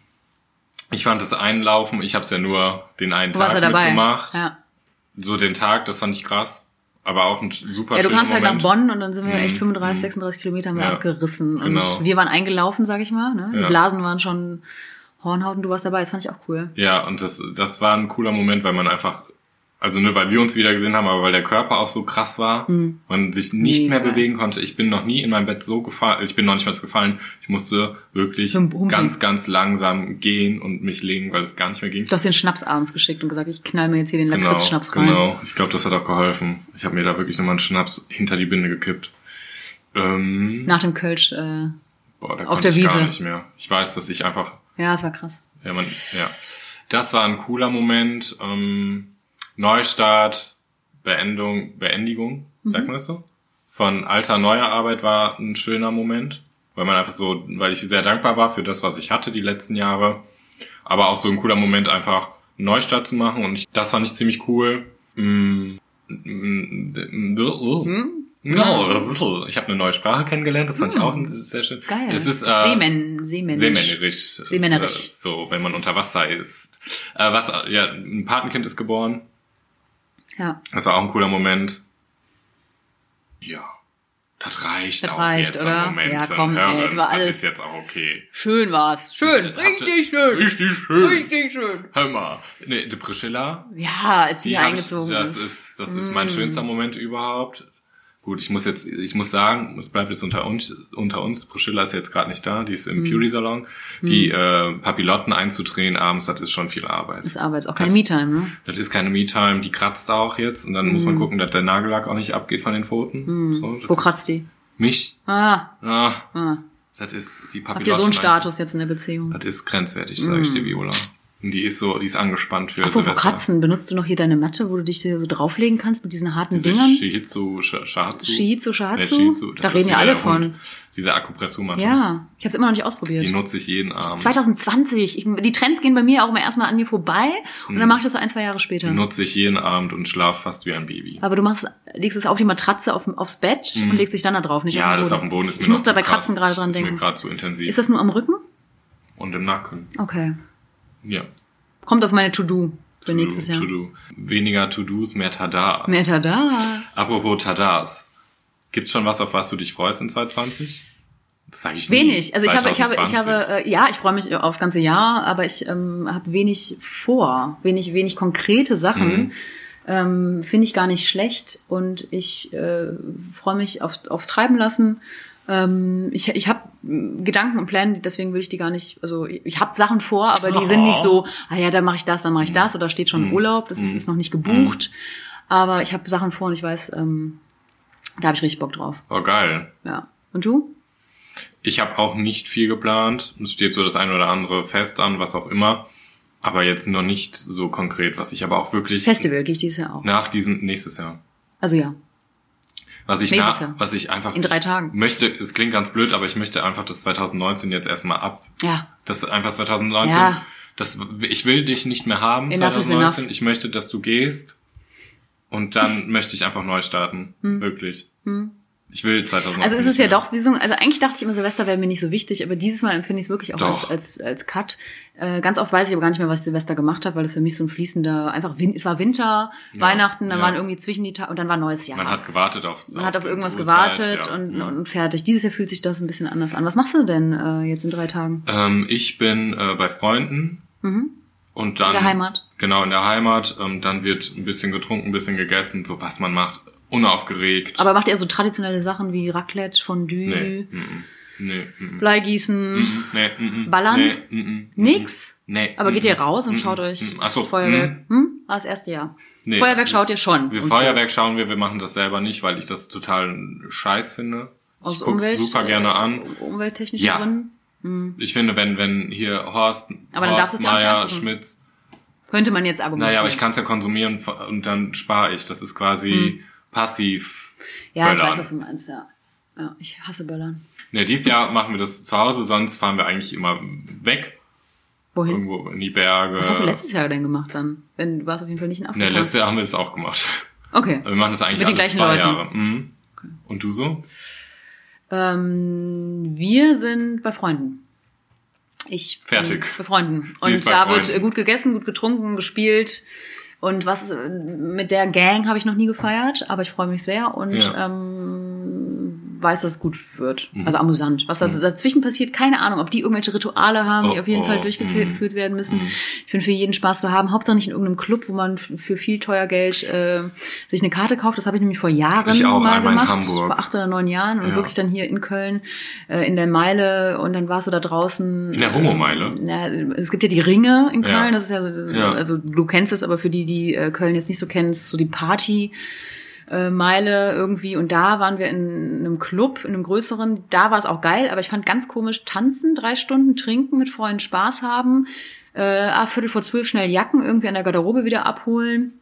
[SPEAKER 3] Ich fand das Einlaufen, ich habe es ja nur den einen
[SPEAKER 2] du
[SPEAKER 3] Tag
[SPEAKER 2] warst ja dabei.
[SPEAKER 3] mitgemacht.
[SPEAKER 2] Ja.
[SPEAKER 3] So den Tag, das fand ich krass, aber auch ein super
[SPEAKER 2] ja, du
[SPEAKER 3] schöner
[SPEAKER 2] kamst halt
[SPEAKER 3] Moment.
[SPEAKER 2] nach Bonn und dann sind wir
[SPEAKER 3] Mhm.
[SPEAKER 2] echt 35,
[SPEAKER 3] Mhm.
[SPEAKER 2] 36 Kilometer haben wir
[SPEAKER 3] Ja.
[SPEAKER 2] abgerissen. Und
[SPEAKER 3] Genau.
[SPEAKER 2] wir waren eingelaufen, sag ich mal. Ne? Die
[SPEAKER 3] Ja.
[SPEAKER 2] Blasen waren schon Hornhaut und du warst dabei. Das fand ich auch cool.
[SPEAKER 3] Ja, und das, das war ein cooler Moment, weil man einfach, also ne, weil wir uns wieder gesehen haben, aber weil der Körper auch so krass war, man sich nicht
[SPEAKER 2] Hm. Mega.
[SPEAKER 3] mehr bewegen konnte. Ich bin noch nie in meinem Bett so gefallen, ich bin noch nicht mal so gefallen. Ich musste wirklich
[SPEAKER 2] Zum Humpeln.
[SPEAKER 3] ganz, ganz langsam gehen und mich legen, weil es gar nicht mehr ging.
[SPEAKER 2] Du hast den Schnaps abends geschickt und gesagt, ich knall mir jetzt hier den
[SPEAKER 3] Genau,
[SPEAKER 2] Lakritz-Schnaps rein.
[SPEAKER 3] genau. Ich glaube, das hat auch geholfen. Ich habe mir da wirklich nochmal einen Schnaps hinter die Binde gekippt. Ähm,
[SPEAKER 2] Nach dem Kölsch. Äh,
[SPEAKER 3] boah, da
[SPEAKER 2] auf
[SPEAKER 3] konnte
[SPEAKER 2] der
[SPEAKER 3] ich
[SPEAKER 2] Wiese.
[SPEAKER 3] gar nicht mehr. Ich weiß, dass ich einfach
[SPEAKER 2] ja, es war krass.
[SPEAKER 3] Ja, man, ja. Das war ein cooler Moment. Ähm, Neustart, Beendung, Beendigung, sagt man das so? Von alter neuer Arbeit war ein schöner Moment, weil man einfach so, weil ich sehr dankbar war für das, was ich hatte die letzten Jahre. Aber auch so ein cooler Moment, einfach einen Neustart zu machen. Und ich, das fand ich ziemlich cool. Mm, mm, mm, oh. No, das ist so. Ich habe eine neue Sprache kennengelernt, das fand ich auch sehr schön.
[SPEAKER 2] Geil.
[SPEAKER 3] Es ist, äh,
[SPEAKER 2] Seemän, Seemännisch.
[SPEAKER 3] Seemännerisch.
[SPEAKER 2] Seemännerisch.
[SPEAKER 3] Äh, So, wenn man unter Wasser ist. Äh, was, ja, ein Patenkind ist geboren.
[SPEAKER 2] Ja.
[SPEAKER 3] Das war auch ein cooler Moment. Ja. Das reicht
[SPEAKER 2] Das
[SPEAKER 3] auch
[SPEAKER 2] reicht,
[SPEAKER 3] jetzt
[SPEAKER 2] oder?
[SPEAKER 3] im Moment.
[SPEAKER 2] Ja, komm,
[SPEAKER 3] Hören
[SPEAKER 2] ey,
[SPEAKER 3] wir
[SPEAKER 2] das
[SPEAKER 3] uns,
[SPEAKER 2] war
[SPEAKER 3] das
[SPEAKER 2] alles-
[SPEAKER 3] ist jetzt auch okay.
[SPEAKER 2] Schön war's. Schön.
[SPEAKER 3] Ich hatte-
[SPEAKER 2] richtig schön.
[SPEAKER 3] Richtig schön.
[SPEAKER 2] Richtig schön.
[SPEAKER 3] Hör mal. Nee, die Priscilla.
[SPEAKER 2] Ja, als die,
[SPEAKER 3] Die
[SPEAKER 2] hier
[SPEAKER 3] hab
[SPEAKER 2] eingezogen
[SPEAKER 3] ich, das
[SPEAKER 2] ist. Mm.
[SPEAKER 3] ist. Das ist mein schönster Moment überhaupt. Gut, ich muss jetzt, ich muss sagen, es bleibt jetzt unter uns, unter uns. Priscilla ist jetzt gerade nicht da, die ist
[SPEAKER 2] Mm.
[SPEAKER 3] im Beauty Salon. Die äh, Papillotten einzudrehen abends, das ist schon viel Arbeit.
[SPEAKER 2] Das ist aber jetzt auch keine
[SPEAKER 3] Das-
[SPEAKER 2] Me-Time, ne?
[SPEAKER 3] Das ist keine Me-Time, die kratzt auch jetzt und dann muss man gucken, dass der Nagellack auch nicht abgeht von den Pfoten. So, das
[SPEAKER 2] Mm. Hm. Wo
[SPEAKER 3] ist
[SPEAKER 2] kratzt die?
[SPEAKER 3] Mich.
[SPEAKER 2] Ah,
[SPEAKER 3] Ah,
[SPEAKER 2] ah.
[SPEAKER 3] das ist die
[SPEAKER 2] Habt
[SPEAKER 3] Papillotten.
[SPEAKER 2] ihr so einen Status jetzt in der Beziehung?
[SPEAKER 3] Das ist grenzwertig, sage ich dir, Viola. Und die ist so, die ist angespannt für
[SPEAKER 2] Apropos
[SPEAKER 3] Silvester.
[SPEAKER 2] Kratzen, benutzt du noch hier deine Matte, wo du dich hier so drauflegen kannst mit diesen harten
[SPEAKER 3] Diese
[SPEAKER 2] Dingern?
[SPEAKER 3] Shihizu, Sh- Shahatsu.
[SPEAKER 2] Shihizu, Shahatsu?
[SPEAKER 3] Nee, Shihizu, das
[SPEAKER 2] Da
[SPEAKER 3] ist
[SPEAKER 2] reden ja
[SPEAKER 3] wieder
[SPEAKER 2] alle
[SPEAKER 3] der Hund.
[SPEAKER 2] von.
[SPEAKER 3] Diese Akupressurmatte.
[SPEAKER 2] Ja, ich habe es immer noch nicht
[SPEAKER 3] Die
[SPEAKER 2] ausprobiert.
[SPEAKER 3] nutze ich jeden Abend.
[SPEAKER 2] 2020, ich, die Trends gehen bei mir auch immer erstmal an mir vorbei und
[SPEAKER 3] Hm.
[SPEAKER 2] dann mache ich das so ein, zwei Jahre später.
[SPEAKER 3] Die nutze ich jeden Abend und schlafe fast wie ein Baby.
[SPEAKER 2] Aber du machst, legst es auf die Matratze auf, aufs Bett und legst dich dann da drauf, nicht
[SPEAKER 3] Mhm. Ja,
[SPEAKER 2] auf den Boden.
[SPEAKER 3] das auf dem Boden ist mir
[SPEAKER 2] Ich muss
[SPEAKER 3] noch zu
[SPEAKER 2] da bei
[SPEAKER 3] krass.
[SPEAKER 2] Kratzen gerade dran
[SPEAKER 3] ist Ist
[SPEAKER 2] denken.
[SPEAKER 3] mir gerade zu intensiv.
[SPEAKER 2] Ist das nur am Rücken?
[SPEAKER 3] und im Nacken.
[SPEAKER 2] Okay.
[SPEAKER 3] Ja.
[SPEAKER 2] Kommt auf meine To-Do für nächstes
[SPEAKER 3] To
[SPEAKER 2] Jahr.
[SPEAKER 3] do. Weniger To-Dos, mehr Tadas.
[SPEAKER 2] Meta das.
[SPEAKER 3] Apropos Tadas. Gibt's schon was, auf was du dich freust in 2020? Das sage ich nie.
[SPEAKER 2] Wenig. Also ich habe, ich habe, ich
[SPEAKER 3] 2020.
[SPEAKER 2] habe, äh, ja, ich freue mich aufs ganze Jahr, aber ich ähm, habe wenig vor, wenig, wenig konkrete Sachen. Ähm, Finde ich gar nicht schlecht und ich äh, freue mich aufs, aufs Treiben lassen. Ähm, ich ich habe Gedanken und Pläne, deswegen will ich die gar nicht. Also ich habe Sachen vor, aber die sind
[SPEAKER 3] Oh.
[SPEAKER 2] nicht so. Ah ja, dann mache ich das, dann mache ich das oder steht schon Urlaub. Das ist, ist noch nicht gebucht. Aber ich habe Sachen vor und ich weiß, ähm, da habe ich richtig Bock drauf.
[SPEAKER 3] Oh, geil.
[SPEAKER 2] Ja. Und du?
[SPEAKER 3] Ich habe auch nicht viel geplant. Es steht so das eine oder andere fest an, was auch immer. Aber jetzt noch nicht so konkret, was ich aber auch wirklich
[SPEAKER 2] Festival gehe ich dieses Jahr auch.
[SPEAKER 3] nach diesem nächstes Jahr.
[SPEAKER 2] Also ja.
[SPEAKER 3] Was ich,
[SPEAKER 2] Nächstes
[SPEAKER 3] na,
[SPEAKER 2] Jahr.
[SPEAKER 3] was ich einfach
[SPEAKER 2] In drei Tagen.
[SPEAKER 3] möchte, es klingt ganz blöd, aber ich möchte einfach das 2019 jetzt erstmal ab.
[SPEAKER 2] Ja,
[SPEAKER 3] Das ist einfach 2019.
[SPEAKER 2] Ja.
[SPEAKER 3] Das, ich will dich nicht mehr haben
[SPEAKER 2] Enough is
[SPEAKER 3] 2019.
[SPEAKER 2] enough.
[SPEAKER 3] Ich möchte, dass du gehst. Und dann möchte ich einfach neu starten. Wirklich. Ich will 2019.
[SPEAKER 2] Hm. also es ist
[SPEAKER 3] nicht
[SPEAKER 2] ja
[SPEAKER 3] mehr.
[SPEAKER 2] doch wie so, also eigentlich dachte ich immer, Silvester wäre mir nicht so wichtig, aber dieses Mal empfinde ich es wirklich auch als,
[SPEAKER 3] Doch.
[SPEAKER 2] als, als Cut. Äh, ganz oft weiß ich aber gar nicht mehr, was ich Silvester gemacht habe, weil das für mich so ein fließender, einfach, Win es war Winter,
[SPEAKER 3] Ja,
[SPEAKER 2] Weihnachten, dann
[SPEAKER 3] ja.
[SPEAKER 2] waren irgendwie zwischen die Tage und dann war neues Jahr.
[SPEAKER 3] Man hat gewartet auf.
[SPEAKER 2] Man hat auf
[SPEAKER 3] die
[SPEAKER 2] irgendwas
[SPEAKER 3] Uhrzeit,
[SPEAKER 2] gewartet
[SPEAKER 3] ja. Mhm. Hm.
[SPEAKER 2] und,
[SPEAKER 3] Ja.
[SPEAKER 2] und fertig. Dieses Jahr fühlt sich das ein bisschen anders an. Was machst du denn äh, jetzt in drei Tagen? Mhm.
[SPEAKER 3] Ähm, ich bin äh, bei Freunden. Und dann,
[SPEAKER 2] In der Heimat.
[SPEAKER 3] Genau, in der Heimat. Ähm, dann wird ein bisschen getrunken, ein bisschen gegessen, so was man macht. Unaufgeregt.
[SPEAKER 2] Aber macht ihr so traditionelle Sachen wie Raclette, Fondue,
[SPEAKER 3] nee. mhm. Nee. mhm.
[SPEAKER 2] Bleigießen?
[SPEAKER 3] Mhm, nee, mhm,
[SPEAKER 2] Ballern?
[SPEAKER 3] Nee, mhm, mhm.
[SPEAKER 2] Nix?
[SPEAKER 3] Nee.
[SPEAKER 2] Aber geht ihr
[SPEAKER 3] mhm,
[SPEAKER 2] raus und
[SPEAKER 3] mhm,
[SPEAKER 2] schaut
[SPEAKER 3] mhm,
[SPEAKER 2] euch
[SPEAKER 3] mhm. Ach
[SPEAKER 2] das
[SPEAKER 3] so, mhm.
[SPEAKER 2] Feuerwerk? Hm? Ah, das erste Jahr.
[SPEAKER 3] Nee.
[SPEAKER 2] Feuerwerk schaut ihr schon.
[SPEAKER 3] Wir
[SPEAKER 2] Und
[SPEAKER 3] Feuerwerk schauen wir, wir machen das selber nicht, weil ich das total scheiß finde.
[SPEAKER 2] Aus
[SPEAKER 3] ich guck's
[SPEAKER 2] Umwelt,
[SPEAKER 3] super gerne an.
[SPEAKER 2] so Umwelttechnischen
[SPEAKER 3] Ja.
[SPEAKER 2] Gründen. Hm.
[SPEAKER 3] Ich finde, wenn, wenn hier Horst,
[SPEAKER 2] Aber dann darfst
[SPEAKER 3] Horst
[SPEAKER 2] du's ja auch nicht
[SPEAKER 3] Meier,
[SPEAKER 2] angucken.
[SPEAKER 3] Schmitz,
[SPEAKER 2] Könnte man jetzt argumentieren.
[SPEAKER 3] naja, aber ich kann es ja konsumieren f- und dann spare ich. Das ist quasi passiv.
[SPEAKER 2] Hm. ja, ich
[SPEAKER 3] Böllern.
[SPEAKER 2] weiß, was du meinst, ja. ja ich hasse Böllern.
[SPEAKER 3] Ne, dieses Jahr machen wir das zu Hause, sonst fahren wir eigentlich immer weg,
[SPEAKER 2] Wohin?
[SPEAKER 3] irgendwo in die Berge.
[SPEAKER 2] Was hast du letztes Jahr denn gemacht dann? Wenn, du warst auf jeden Fall nicht in Afrika.
[SPEAKER 3] äh, Ne, letztes Jahr haben wir das auch gemacht.
[SPEAKER 2] Okay.
[SPEAKER 3] Wir machen das eigentlich
[SPEAKER 2] Mit den
[SPEAKER 3] alle
[SPEAKER 2] gleichen
[SPEAKER 3] zwei
[SPEAKER 2] Leuten.
[SPEAKER 3] Jahre. Mhm. Und du so?
[SPEAKER 2] Ähm, wir sind bei Freunden. Ich bin
[SPEAKER 3] Fertig.
[SPEAKER 2] Bei Freunden.
[SPEAKER 3] Sie ist
[SPEAKER 2] und
[SPEAKER 3] bei
[SPEAKER 2] da
[SPEAKER 3] Freunden.
[SPEAKER 2] wird äh, gut gegessen, gut getrunken, gespielt. Und was äh, mit der Gang habe ich noch nie gefeiert, aber ich freue mich sehr und
[SPEAKER 3] Ja. Mhm.
[SPEAKER 2] ähm, weiß, dass es gut wird. Also amüsant. Was da- dazwischen passiert, keine Ahnung, ob die irgendwelche Rituale haben, die
[SPEAKER 3] Oh,
[SPEAKER 2] auf jeden Fall
[SPEAKER 3] oh,
[SPEAKER 2] durchgeführt werden müssen.
[SPEAKER 3] Mhm.
[SPEAKER 2] Ich bin für jeden Spaß zu haben. Hauptsache nicht in irgendeinem Club, wo man f- für viel teuer Geld äh, sich eine Karte kauft. Das habe ich nämlich vor Jahren
[SPEAKER 3] Ich auch,
[SPEAKER 2] mal
[SPEAKER 3] einmal in
[SPEAKER 2] gemacht.
[SPEAKER 3] Hamburg.
[SPEAKER 2] Vor acht oder neun Jahren und
[SPEAKER 3] Ja.
[SPEAKER 2] wirklich dann hier in Köln äh, in der Meile und dann warst du da draußen.
[SPEAKER 3] In der Homo-Meile?
[SPEAKER 2] Ähm, ja, es gibt ja die Ringe in
[SPEAKER 3] Ja.
[SPEAKER 2] Köln, das ist ja, so-
[SPEAKER 3] Ja.
[SPEAKER 2] also du kennst es, aber für die, die äh, Köln jetzt nicht so kennst, so die Party. äh, Meile irgendwie und da waren wir in einem Club, in einem größeren. Da war es auch geil, aber ich fand ganz komisch tanzen, drei Stunden trinken, mit Freunden Spaß haben, äh, ah, Viertel vor zwölf schnell Jacken irgendwie an der Garderobe wieder abholen,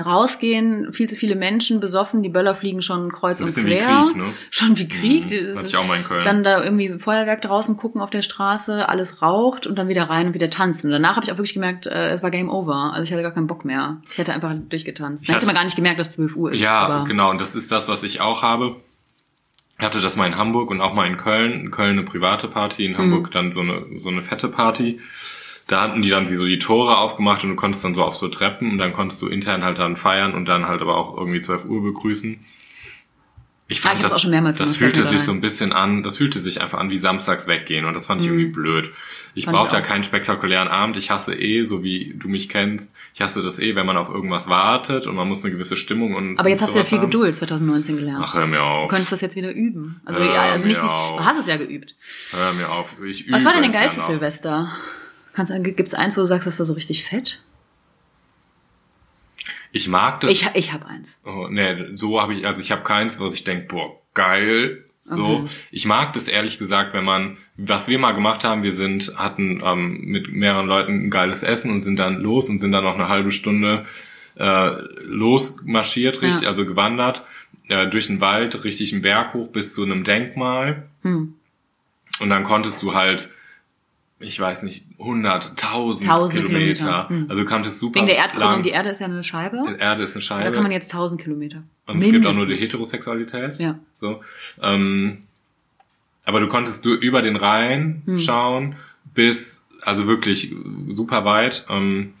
[SPEAKER 2] rausgehen, viel zu viele Menschen besoffen, die Böller fliegen schon kreuz
[SPEAKER 3] So ein
[SPEAKER 2] und
[SPEAKER 3] bisschen wie
[SPEAKER 2] quer,
[SPEAKER 3] Krieg, ne?
[SPEAKER 2] schon wie Krieg.
[SPEAKER 3] Mhm.
[SPEAKER 2] Das
[SPEAKER 3] Hatte
[SPEAKER 2] ist-
[SPEAKER 3] ich auch mal in Köln.
[SPEAKER 2] Dann da irgendwie Feuerwerk draußen gucken auf der Straße, alles raucht und dann wieder rein und wieder tanzen. Und danach habe ich auch wirklich gemerkt, äh, es war Game Over. Also ich hatte gar keinen Bock mehr. Ich hätte einfach durchgetanzt.
[SPEAKER 3] Ich
[SPEAKER 2] Ich hätte
[SPEAKER 3] hatte-
[SPEAKER 2] man gar nicht gemerkt, dass 12 Uhr ist.
[SPEAKER 3] Ja,
[SPEAKER 2] aber
[SPEAKER 3] genau. Und das ist das, was ich auch habe. Ich hatte das mal in Hamburg und auch mal in Köln. In Köln eine private Party, in
[SPEAKER 2] Mhm.
[SPEAKER 3] Hamburg dann so eine, so eine fette Party. Da hatten die dann so die Tore aufgemacht und du konntest dann so auf so Treppen und dann konntest du intern halt dann feiern und dann halt aber auch irgendwie 12 Uhr begrüßen. Ich
[SPEAKER 2] Ah, ich hab's auch schon mehrmals
[SPEAKER 3] das
[SPEAKER 2] gemacht,
[SPEAKER 3] fühlte
[SPEAKER 2] fällt mir
[SPEAKER 3] sich so
[SPEAKER 2] ein. Mhm.
[SPEAKER 3] ein bisschen an, das fühlte sich einfach an wie samstags weggehen und das fand ich irgendwie blöd. Ich
[SPEAKER 2] Fand ich
[SPEAKER 3] brauchte da
[SPEAKER 2] auch.
[SPEAKER 3] keinen spektakulären Abend. Ich hasse eh, so wie du mich kennst, ich hasse das eh, wenn man auf irgendwas wartet und man muss eine gewisse Stimmung und
[SPEAKER 2] Aber jetzt
[SPEAKER 3] und
[SPEAKER 2] hast du ja
[SPEAKER 3] sowas
[SPEAKER 2] viel
[SPEAKER 3] haben.
[SPEAKER 2] Geduld 2019 gelernt.
[SPEAKER 3] Ach, hör mir
[SPEAKER 2] Du
[SPEAKER 3] auf.
[SPEAKER 2] könntest das jetzt wieder üben. Also,
[SPEAKER 3] Hör
[SPEAKER 2] ja, also nicht,
[SPEAKER 3] mir
[SPEAKER 2] nicht,
[SPEAKER 3] auf.
[SPEAKER 2] du hast es ja geübt.
[SPEAKER 3] Hör mir auf. Ich übe
[SPEAKER 2] Was war denn dein
[SPEAKER 3] es ja
[SPEAKER 2] geilstes
[SPEAKER 3] noch.
[SPEAKER 2] Silvester? Kannst, äh, gibt's eins, wo du sagst, das war so richtig fett?
[SPEAKER 3] Ich mag das.
[SPEAKER 2] Ich, ich habe eins.
[SPEAKER 3] oh, nee, so habe ich, also ich habe keins, was ich denke, boah, geil. So,
[SPEAKER 2] Okay.
[SPEAKER 3] ich mag das ehrlich gesagt, wenn man, was wir mal gemacht haben, wir sind, hatten ähm, mit mehreren Leuten ein geiles Essen und sind dann los und sind dann noch eine halbe Stunde äh, losmarschiert, richtig,
[SPEAKER 2] Ja.
[SPEAKER 3] also gewandert, äh, durch den Wald, richtig einen Berg hoch bis zu einem Denkmal.
[SPEAKER 2] Hm.
[SPEAKER 3] Und dann konntest du halt, ich weiß nicht, 100, 1000
[SPEAKER 2] Tausende
[SPEAKER 3] Kilometer.
[SPEAKER 2] Kilometer, hm.
[SPEAKER 3] Also du konntest super
[SPEAKER 2] Wegen der Erdkrümmung.
[SPEAKER 3] lang.
[SPEAKER 2] Die Erde ist ja eine Scheibe.
[SPEAKER 3] Die Erde ist eine Scheibe.
[SPEAKER 2] Da kann man jetzt 1000 Kilometer.
[SPEAKER 3] und es gibt auch nur die
[SPEAKER 2] Mindestens.
[SPEAKER 3] Heterosexualität.
[SPEAKER 2] Ja.
[SPEAKER 3] So. Ähm, aber du konntest du über den Rhein
[SPEAKER 2] Hm.
[SPEAKER 3] schauen bis, also wirklich super weit. Ähm,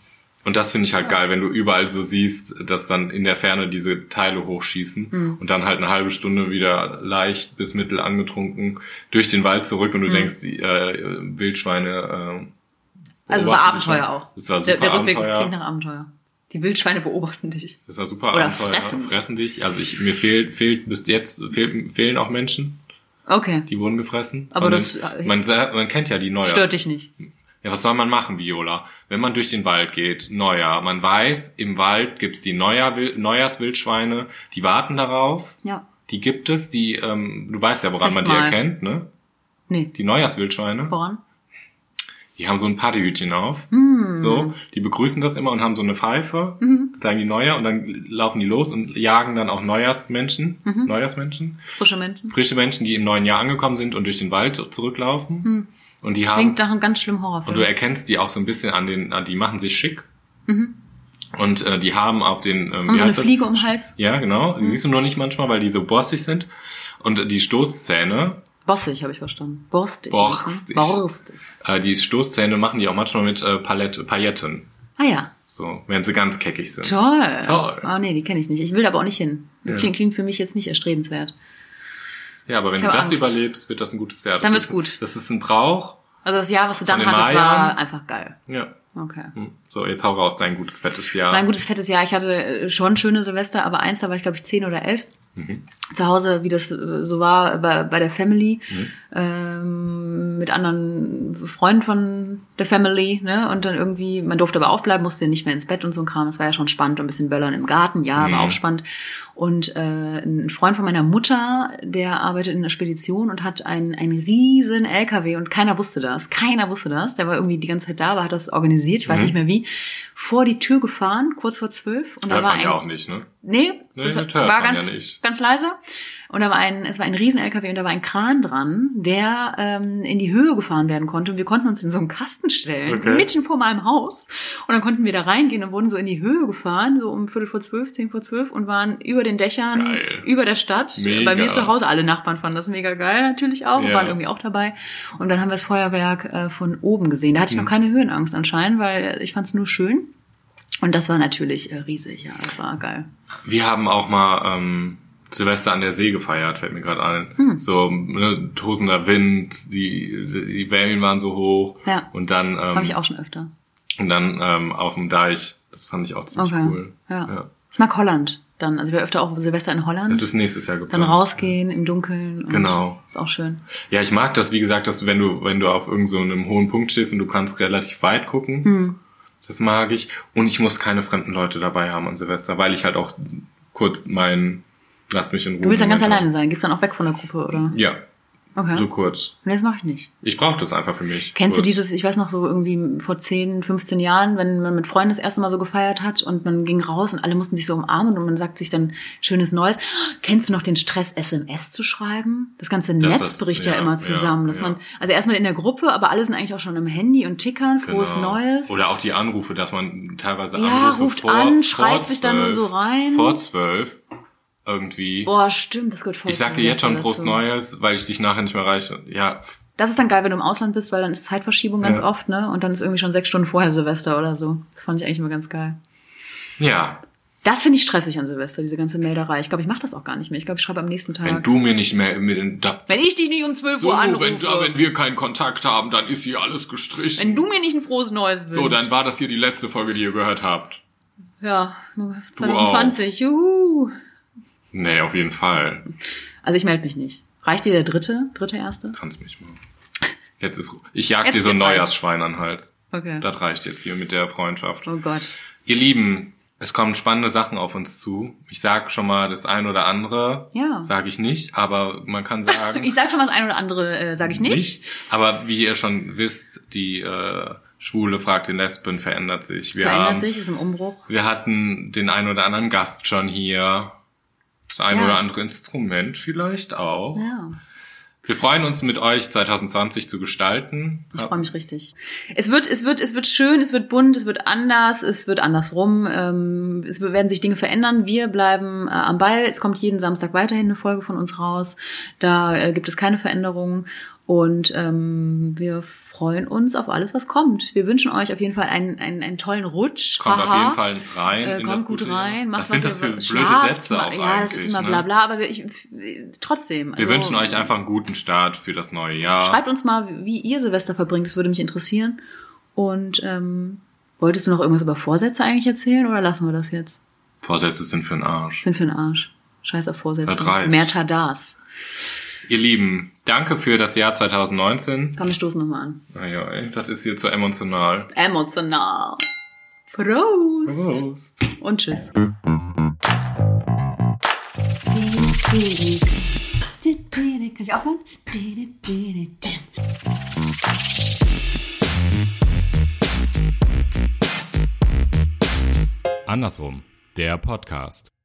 [SPEAKER 3] und das finde ich halt geil, wenn du überall so siehst, dass dann in der Ferne diese Teile hochschießen
[SPEAKER 2] Hm.
[SPEAKER 3] und dann halt eine halbe Stunde wieder leicht bis mittel angetrunken durch den Wald zurück
[SPEAKER 2] Hm.
[SPEAKER 3] und du denkst, die äh, Wildschweine. Äh,
[SPEAKER 2] Also es war
[SPEAKER 3] beobachten
[SPEAKER 2] Abenteuer
[SPEAKER 3] dich.
[SPEAKER 2] auch.
[SPEAKER 3] Es war super
[SPEAKER 2] der, der Rückweg
[SPEAKER 3] Abenteuer.
[SPEAKER 2] klingt nach Abenteuer. Die Wildschweine beobachten dich.
[SPEAKER 3] Das war super
[SPEAKER 2] Oder
[SPEAKER 3] Abenteuer.
[SPEAKER 2] fressen.
[SPEAKER 3] fressen dich. Also ich, mir fehlt, fehlt bis jetzt fehl, fehlen auch Menschen,
[SPEAKER 2] Okay.
[SPEAKER 3] die wurden gefressen.
[SPEAKER 2] Aber
[SPEAKER 3] Und
[SPEAKER 2] das- äh,
[SPEAKER 3] dann- man, sah- man kennt Oh ja die Neujahr.
[SPEAKER 2] Stört dich nicht.
[SPEAKER 3] Ja, was soll man machen, Viola? Wenn man durch den Wald geht, Neujahr, man weiß, im Wald gibt's die Neujahr, Neujahrswildschweine, die warten darauf.
[SPEAKER 2] Ja.
[SPEAKER 3] Die gibt es, die, ähm, du weißt ja, woran man die
[SPEAKER 2] Festmahl.
[SPEAKER 3] erkennt, ne?
[SPEAKER 2] Nee.
[SPEAKER 3] Die Neujahrswildschweine.
[SPEAKER 2] Woran?
[SPEAKER 3] Die haben so ein Partyhütchen auf.
[SPEAKER 2] Hm.
[SPEAKER 3] So, die begrüßen das immer und haben so eine Pfeife,
[SPEAKER 2] Mhm.
[SPEAKER 3] sagen die Neuer und dann laufen die los und jagen dann auch Neujahrsmenschen,
[SPEAKER 2] Mhm.
[SPEAKER 3] Neujahrsmenschen,
[SPEAKER 2] Frische Menschen.
[SPEAKER 3] frische Menschen, die im neuen Jahr angekommen sind und durch den Wald zurücklaufen. Und die haben
[SPEAKER 2] Hm. Klingt nach einem ganz schlimmen
[SPEAKER 3] und du
[SPEAKER 2] Horrorfilm.
[SPEAKER 3] erkennst die auch so ein bisschen an den, an, die machen sich schick. Und äh, die haben auf den, ähm,
[SPEAKER 2] Mhm. Haben so eine
[SPEAKER 3] das?
[SPEAKER 2] Fliege um den Hals.
[SPEAKER 3] Ja, genau. Die siehst du nur nicht manchmal, weil die so borstig sind. Und äh, die Stoßzähne,
[SPEAKER 2] Borstig, habe ich verstanden. Borstig.
[SPEAKER 3] Borstig.
[SPEAKER 2] Borstig.
[SPEAKER 3] äh, die Stoßzähne machen die auch manchmal mit äh, Palette, Pailletten.
[SPEAKER 2] Ah ja.
[SPEAKER 3] So, wenn sie ganz keckig sind.
[SPEAKER 2] Toll.
[SPEAKER 3] Toll.
[SPEAKER 2] Ah nee, die kenne ich nicht. Ich will da aber auch nicht hin.
[SPEAKER 3] Ja.
[SPEAKER 2] Klingt, klingt für mich jetzt nicht erstrebenswert.
[SPEAKER 3] Ja, aber wenn
[SPEAKER 2] Ich
[SPEAKER 3] du
[SPEAKER 2] habe
[SPEAKER 3] das
[SPEAKER 2] Angst.
[SPEAKER 3] überlebst, wird das ein gutes Jahr. Das
[SPEAKER 2] Dann wird's
[SPEAKER 3] ist,
[SPEAKER 2] gut.
[SPEAKER 3] Das ist ein Brauch.
[SPEAKER 2] Also das Jahr, was du dann
[SPEAKER 3] Von den
[SPEAKER 2] hattest,
[SPEAKER 3] Mayern.
[SPEAKER 2] war einfach geil.
[SPEAKER 3] Ja.
[SPEAKER 2] Okay.
[SPEAKER 3] Hm. So, jetzt hau raus, dein gutes, fettes Jahr.
[SPEAKER 2] Mein gutes fettes Jahr. Ich hatte äh, schon schöne Silvester, aber eins, da war ich glaube ich zehn oder elf. Zu Hause, wie das äh, so war, äh, bei, bei der Family,
[SPEAKER 3] Mhm.
[SPEAKER 2] ähm, mit anderen Freunden von der Family, ne? Und dann irgendwie, man durfte aber aufbleiben, musste nicht mehr ins Bett und so ein Kram. Das war ja schon spannend. Und ein bisschen Böllern im Garten, ja,
[SPEAKER 3] Mhm.
[SPEAKER 2] war auch spannend. Und äh, ein Freund von meiner Mutter, der arbeitet in der Spedition und hat einen, einen riesen LKW und keiner wusste das. Keiner wusste das. Der war irgendwie die ganze Zeit da, aber hat das organisiert, ich weiß
[SPEAKER 3] Mhm.
[SPEAKER 2] nicht mehr wie, vor die Tür gefahren, kurz vor zwölf. Und da
[SPEAKER 3] Hört
[SPEAKER 2] war
[SPEAKER 3] man
[SPEAKER 2] ein,
[SPEAKER 3] ja auch nicht, ne?
[SPEAKER 2] Nee,
[SPEAKER 3] Nee,
[SPEAKER 2] das
[SPEAKER 3] das hört
[SPEAKER 2] war
[SPEAKER 3] man
[SPEAKER 2] ganz,
[SPEAKER 3] ja nicht.
[SPEAKER 2] ganz leise. Und da war ein, es war ein Riesen-LKW und da war ein Kran dran, der ähm, in die Höhe gefahren werden konnte. Und wir konnten uns in so einen Kasten stellen,
[SPEAKER 3] Okay.
[SPEAKER 2] mitten vor meinem Haus. Und dann konnten wir da reingehen und wurden so in die Höhe gefahren, so um Viertel vor zwölf, zehn vor zwölf und waren über den Dächern,
[SPEAKER 3] Geil.
[SPEAKER 2] über der Stadt.
[SPEAKER 3] Mega.
[SPEAKER 2] Bei mir zu Hause, alle Nachbarn fanden das mega geil natürlich auch, und
[SPEAKER 3] Ja.
[SPEAKER 2] waren irgendwie auch dabei. Und dann haben wir das Feuerwerk äh, von oben gesehen. Da hatte
[SPEAKER 3] Hm.
[SPEAKER 2] ich noch keine Höhenangst anscheinend, weil ich fand es nur schön. Und das war natürlich äh, riesig, ja, das war geil.
[SPEAKER 3] Wir haben auch mal ähm, Silvester an der See gefeiert, fällt mir gerade ein.
[SPEAKER 2] Hm.
[SPEAKER 3] So ne, tosender Wind, die, die Wellen waren so hoch.
[SPEAKER 2] Ja.
[SPEAKER 3] Und dann, ähm,
[SPEAKER 2] Habe ich auch schon öfter.
[SPEAKER 3] Und dann ähm, auf dem Deich. Das fand ich auch ziemlich
[SPEAKER 2] Okay.
[SPEAKER 3] cool.
[SPEAKER 2] Ja. Ich mag Holland dann. Also wir öfter auch Silvester in Holland.
[SPEAKER 3] Das ist nächstes Jahr
[SPEAKER 2] dann
[SPEAKER 3] geplant.
[SPEAKER 2] rausgehen im Dunkeln. Und
[SPEAKER 3] Genau.
[SPEAKER 2] Ist auch schön.
[SPEAKER 3] Ja, ich mag das, wie gesagt, dass du, wenn du, wenn du auf irgendeinem so einem hohen Punkt stehst und du kannst relativ weit gucken.
[SPEAKER 2] Hm.
[SPEAKER 3] Das mag ich. Und ich muss keine fremden Leute dabei haben an Silvester, weil ich halt auch kurz meinen Lass mich in Ruhe.
[SPEAKER 2] Du willst dann ganz
[SPEAKER 3] Moment
[SPEAKER 2] alleine
[SPEAKER 3] habe.
[SPEAKER 2] sein. Gehst dann auch weg von der Gruppe, oder?
[SPEAKER 3] Ja,
[SPEAKER 2] Okay.
[SPEAKER 3] so kurz.
[SPEAKER 2] Nee, das mache ich nicht.
[SPEAKER 3] Ich brauche das einfach für mich.
[SPEAKER 2] Kennst
[SPEAKER 3] kurz.
[SPEAKER 2] du dieses, ich weiß noch so irgendwie vor 10, 15 Jahren, wenn man mit Freunden das erste Mal so gefeiert hat und man ging raus und alle mussten sich so umarmen und man sagt sich dann schönes Neues. Kennst du noch den Stress, SMS zu schreiben? Das ganze
[SPEAKER 3] Das
[SPEAKER 2] Netz
[SPEAKER 3] ist-
[SPEAKER 2] bricht ja,
[SPEAKER 3] ja,
[SPEAKER 2] immer
[SPEAKER 3] ja,
[SPEAKER 2] zusammen. dass
[SPEAKER 3] ja.
[SPEAKER 2] man, also erstmal in der Gruppe, aber alle sind eigentlich auch schon im Handy und tickern,
[SPEAKER 3] Genau.
[SPEAKER 2] frohes Neues.
[SPEAKER 3] Oder auch die Anrufe, dass man teilweise
[SPEAKER 2] Ja,
[SPEAKER 3] Anrufe
[SPEAKER 2] ruft
[SPEAKER 3] vor,
[SPEAKER 2] an,
[SPEAKER 3] vor
[SPEAKER 2] schreibt sich dann nur so rein.
[SPEAKER 3] Vor zwölf irgendwie.
[SPEAKER 2] Boah, stimmt, das gehört voll
[SPEAKER 3] ich
[SPEAKER 2] zu
[SPEAKER 3] sag dir jetzt
[SPEAKER 2] Silvester
[SPEAKER 3] schon Prost
[SPEAKER 2] dazu.
[SPEAKER 3] Neues, weil ich dich nachher nicht mehr erreiche. Ja, pff,
[SPEAKER 2] Das ist dann geil, wenn du im Ausland bist, weil dann ist Zeitverschiebung ganz
[SPEAKER 3] Ja.
[SPEAKER 2] oft, ne? Und dann ist irgendwie schon sechs Stunden vorher Silvester oder so. Das fand ich eigentlich immer ganz geil.
[SPEAKER 3] ja.
[SPEAKER 2] Das finde ich stressig an Silvester, diese ganze Melderei. Ich glaube, ich mache das auch gar nicht mehr. Ich glaube, ich schreibe am nächsten Tag.
[SPEAKER 3] Wenn du mir nicht mehr mit den, da,
[SPEAKER 2] Wenn ich dich nicht um 12
[SPEAKER 3] so,
[SPEAKER 2] Uhr anrufe,
[SPEAKER 3] wenn, da- wenn wir keinen Kontakt haben, dann ist hier alles gestrichen.
[SPEAKER 2] wenn du mir nicht ein frohes Neues wünschst.
[SPEAKER 3] so, dann war das hier die letzte Folge, die ihr gehört habt.
[SPEAKER 2] Ja, 2020, juhu.
[SPEAKER 3] Nee, auf jeden Fall.
[SPEAKER 2] Also ich melde mich nicht. Reicht dir der dritte, dritte erste?
[SPEAKER 3] Kannst mich mal. Jetzt ist, ich jag
[SPEAKER 2] Jetzt-
[SPEAKER 3] dir so ein
[SPEAKER 2] jetzt reicht's.
[SPEAKER 3] Neujahrsschwein an den Hals.
[SPEAKER 2] Okay.
[SPEAKER 3] Das reicht jetzt hier mit der Freundschaft.
[SPEAKER 2] Oh Gott.
[SPEAKER 3] Ihr Lieben, es kommen spannende Sachen auf uns zu. Ich sag schon mal das ein oder andere.
[SPEAKER 2] Ja.
[SPEAKER 3] Sage ich nicht, aber man kann sagen.
[SPEAKER 2] Ich sag schon mal das ein oder andere, äh, sage ich nicht.
[SPEAKER 3] Aber wie ihr schon wisst, die äh, Schwule fragt den Lesben verändert sich. Wir
[SPEAKER 2] Verändert
[SPEAKER 3] haben,
[SPEAKER 2] sich, ist im Umbruch.
[SPEAKER 3] Wir hatten den ein oder anderen Gast schon hier. Das ein
[SPEAKER 2] Ja.
[SPEAKER 3] oder andere Instrument vielleicht auch.
[SPEAKER 2] Ja.
[SPEAKER 3] Wir freuen uns mit euch 2020 zu gestalten.
[SPEAKER 2] Ich freue mich richtig. Es wird, es wird, es wird schön, es wird bunt, es wird anders, es wird andersrum. Ähm, es werden sich Dinge verändern. Wir bleiben äh, am Ball. Es kommt jeden Samstag weiterhin eine Folge von uns raus. Da äh, gibt es keine Veränderungen. Und ähm, wir freuen uns auf alles, was kommt. Wir wünschen euch auf jeden Fall einen, einen, einen tollen Rutsch.
[SPEAKER 3] Kommt auf
[SPEAKER 2] Haha.
[SPEAKER 3] jeden Fall rein.
[SPEAKER 2] Äh,
[SPEAKER 3] in
[SPEAKER 2] kommt
[SPEAKER 3] das
[SPEAKER 2] gut
[SPEAKER 3] gute
[SPEAKER 2] rein,
[SPEAKER 3] Jahr.
[SPEAKER 2] macht
[SPEAKER 3] was sind das
[SPEAKER 2] was
[SPEAKER 3] für
[SPEAKER 2] ihr
[SPEAKER 3] blöde
[SPEAKER 2] wollt. Schlaft
[SPEAKER 3] Sätze
[SPEAKER 2] mal.
[SPEAKER 3] auch
[SPEAKER 2] Ja, das
[SPEAKER 3] eigentlich,
[SPEAKER 2] ist immer
[SPEAKER 3] ne?
[SPEAKER 2] bla bla, aber wir, ich, trotzdem.
[SPEAKER 3] Wir
[SPEAKER 2] also-
[SPEAKER 3] wünschen euch einfach einen guten Start für das neue Jahr.
[SPEAKER 2] Schreibt uns mal, wie ihr Silvester verbringt. Das würde mich interessieren. Und ähm, wolltest du noch irgendwas über Vorsätze eigentlich erzählen oder lassen wir das jetzt?
[SPEAKER 3] Vorsätze sind für den Arsch.
[SPEAKER 2] Sind für den Arsch. Scheiß auf Vorsätze.
[SPEAKER 3] Das reicht.
[SPEAKER 2] Mehr Tadars.
[SPEAKER 3] Ihr Lieben, danke für das Jahr 2019.
[SPEAKER 2] Komm, wir stoßen nochmal an.
[SPEAKER 3] Ah ja, ey, das ist hier zu emotional.
[SPEAKER 2] Emotional. Prost.
[SPEAKER 3] Prost.
[SPEAKER 2] Und tschüss. Kann ich aufhören?
[SPEAKER 3] andersrum, der Podcast.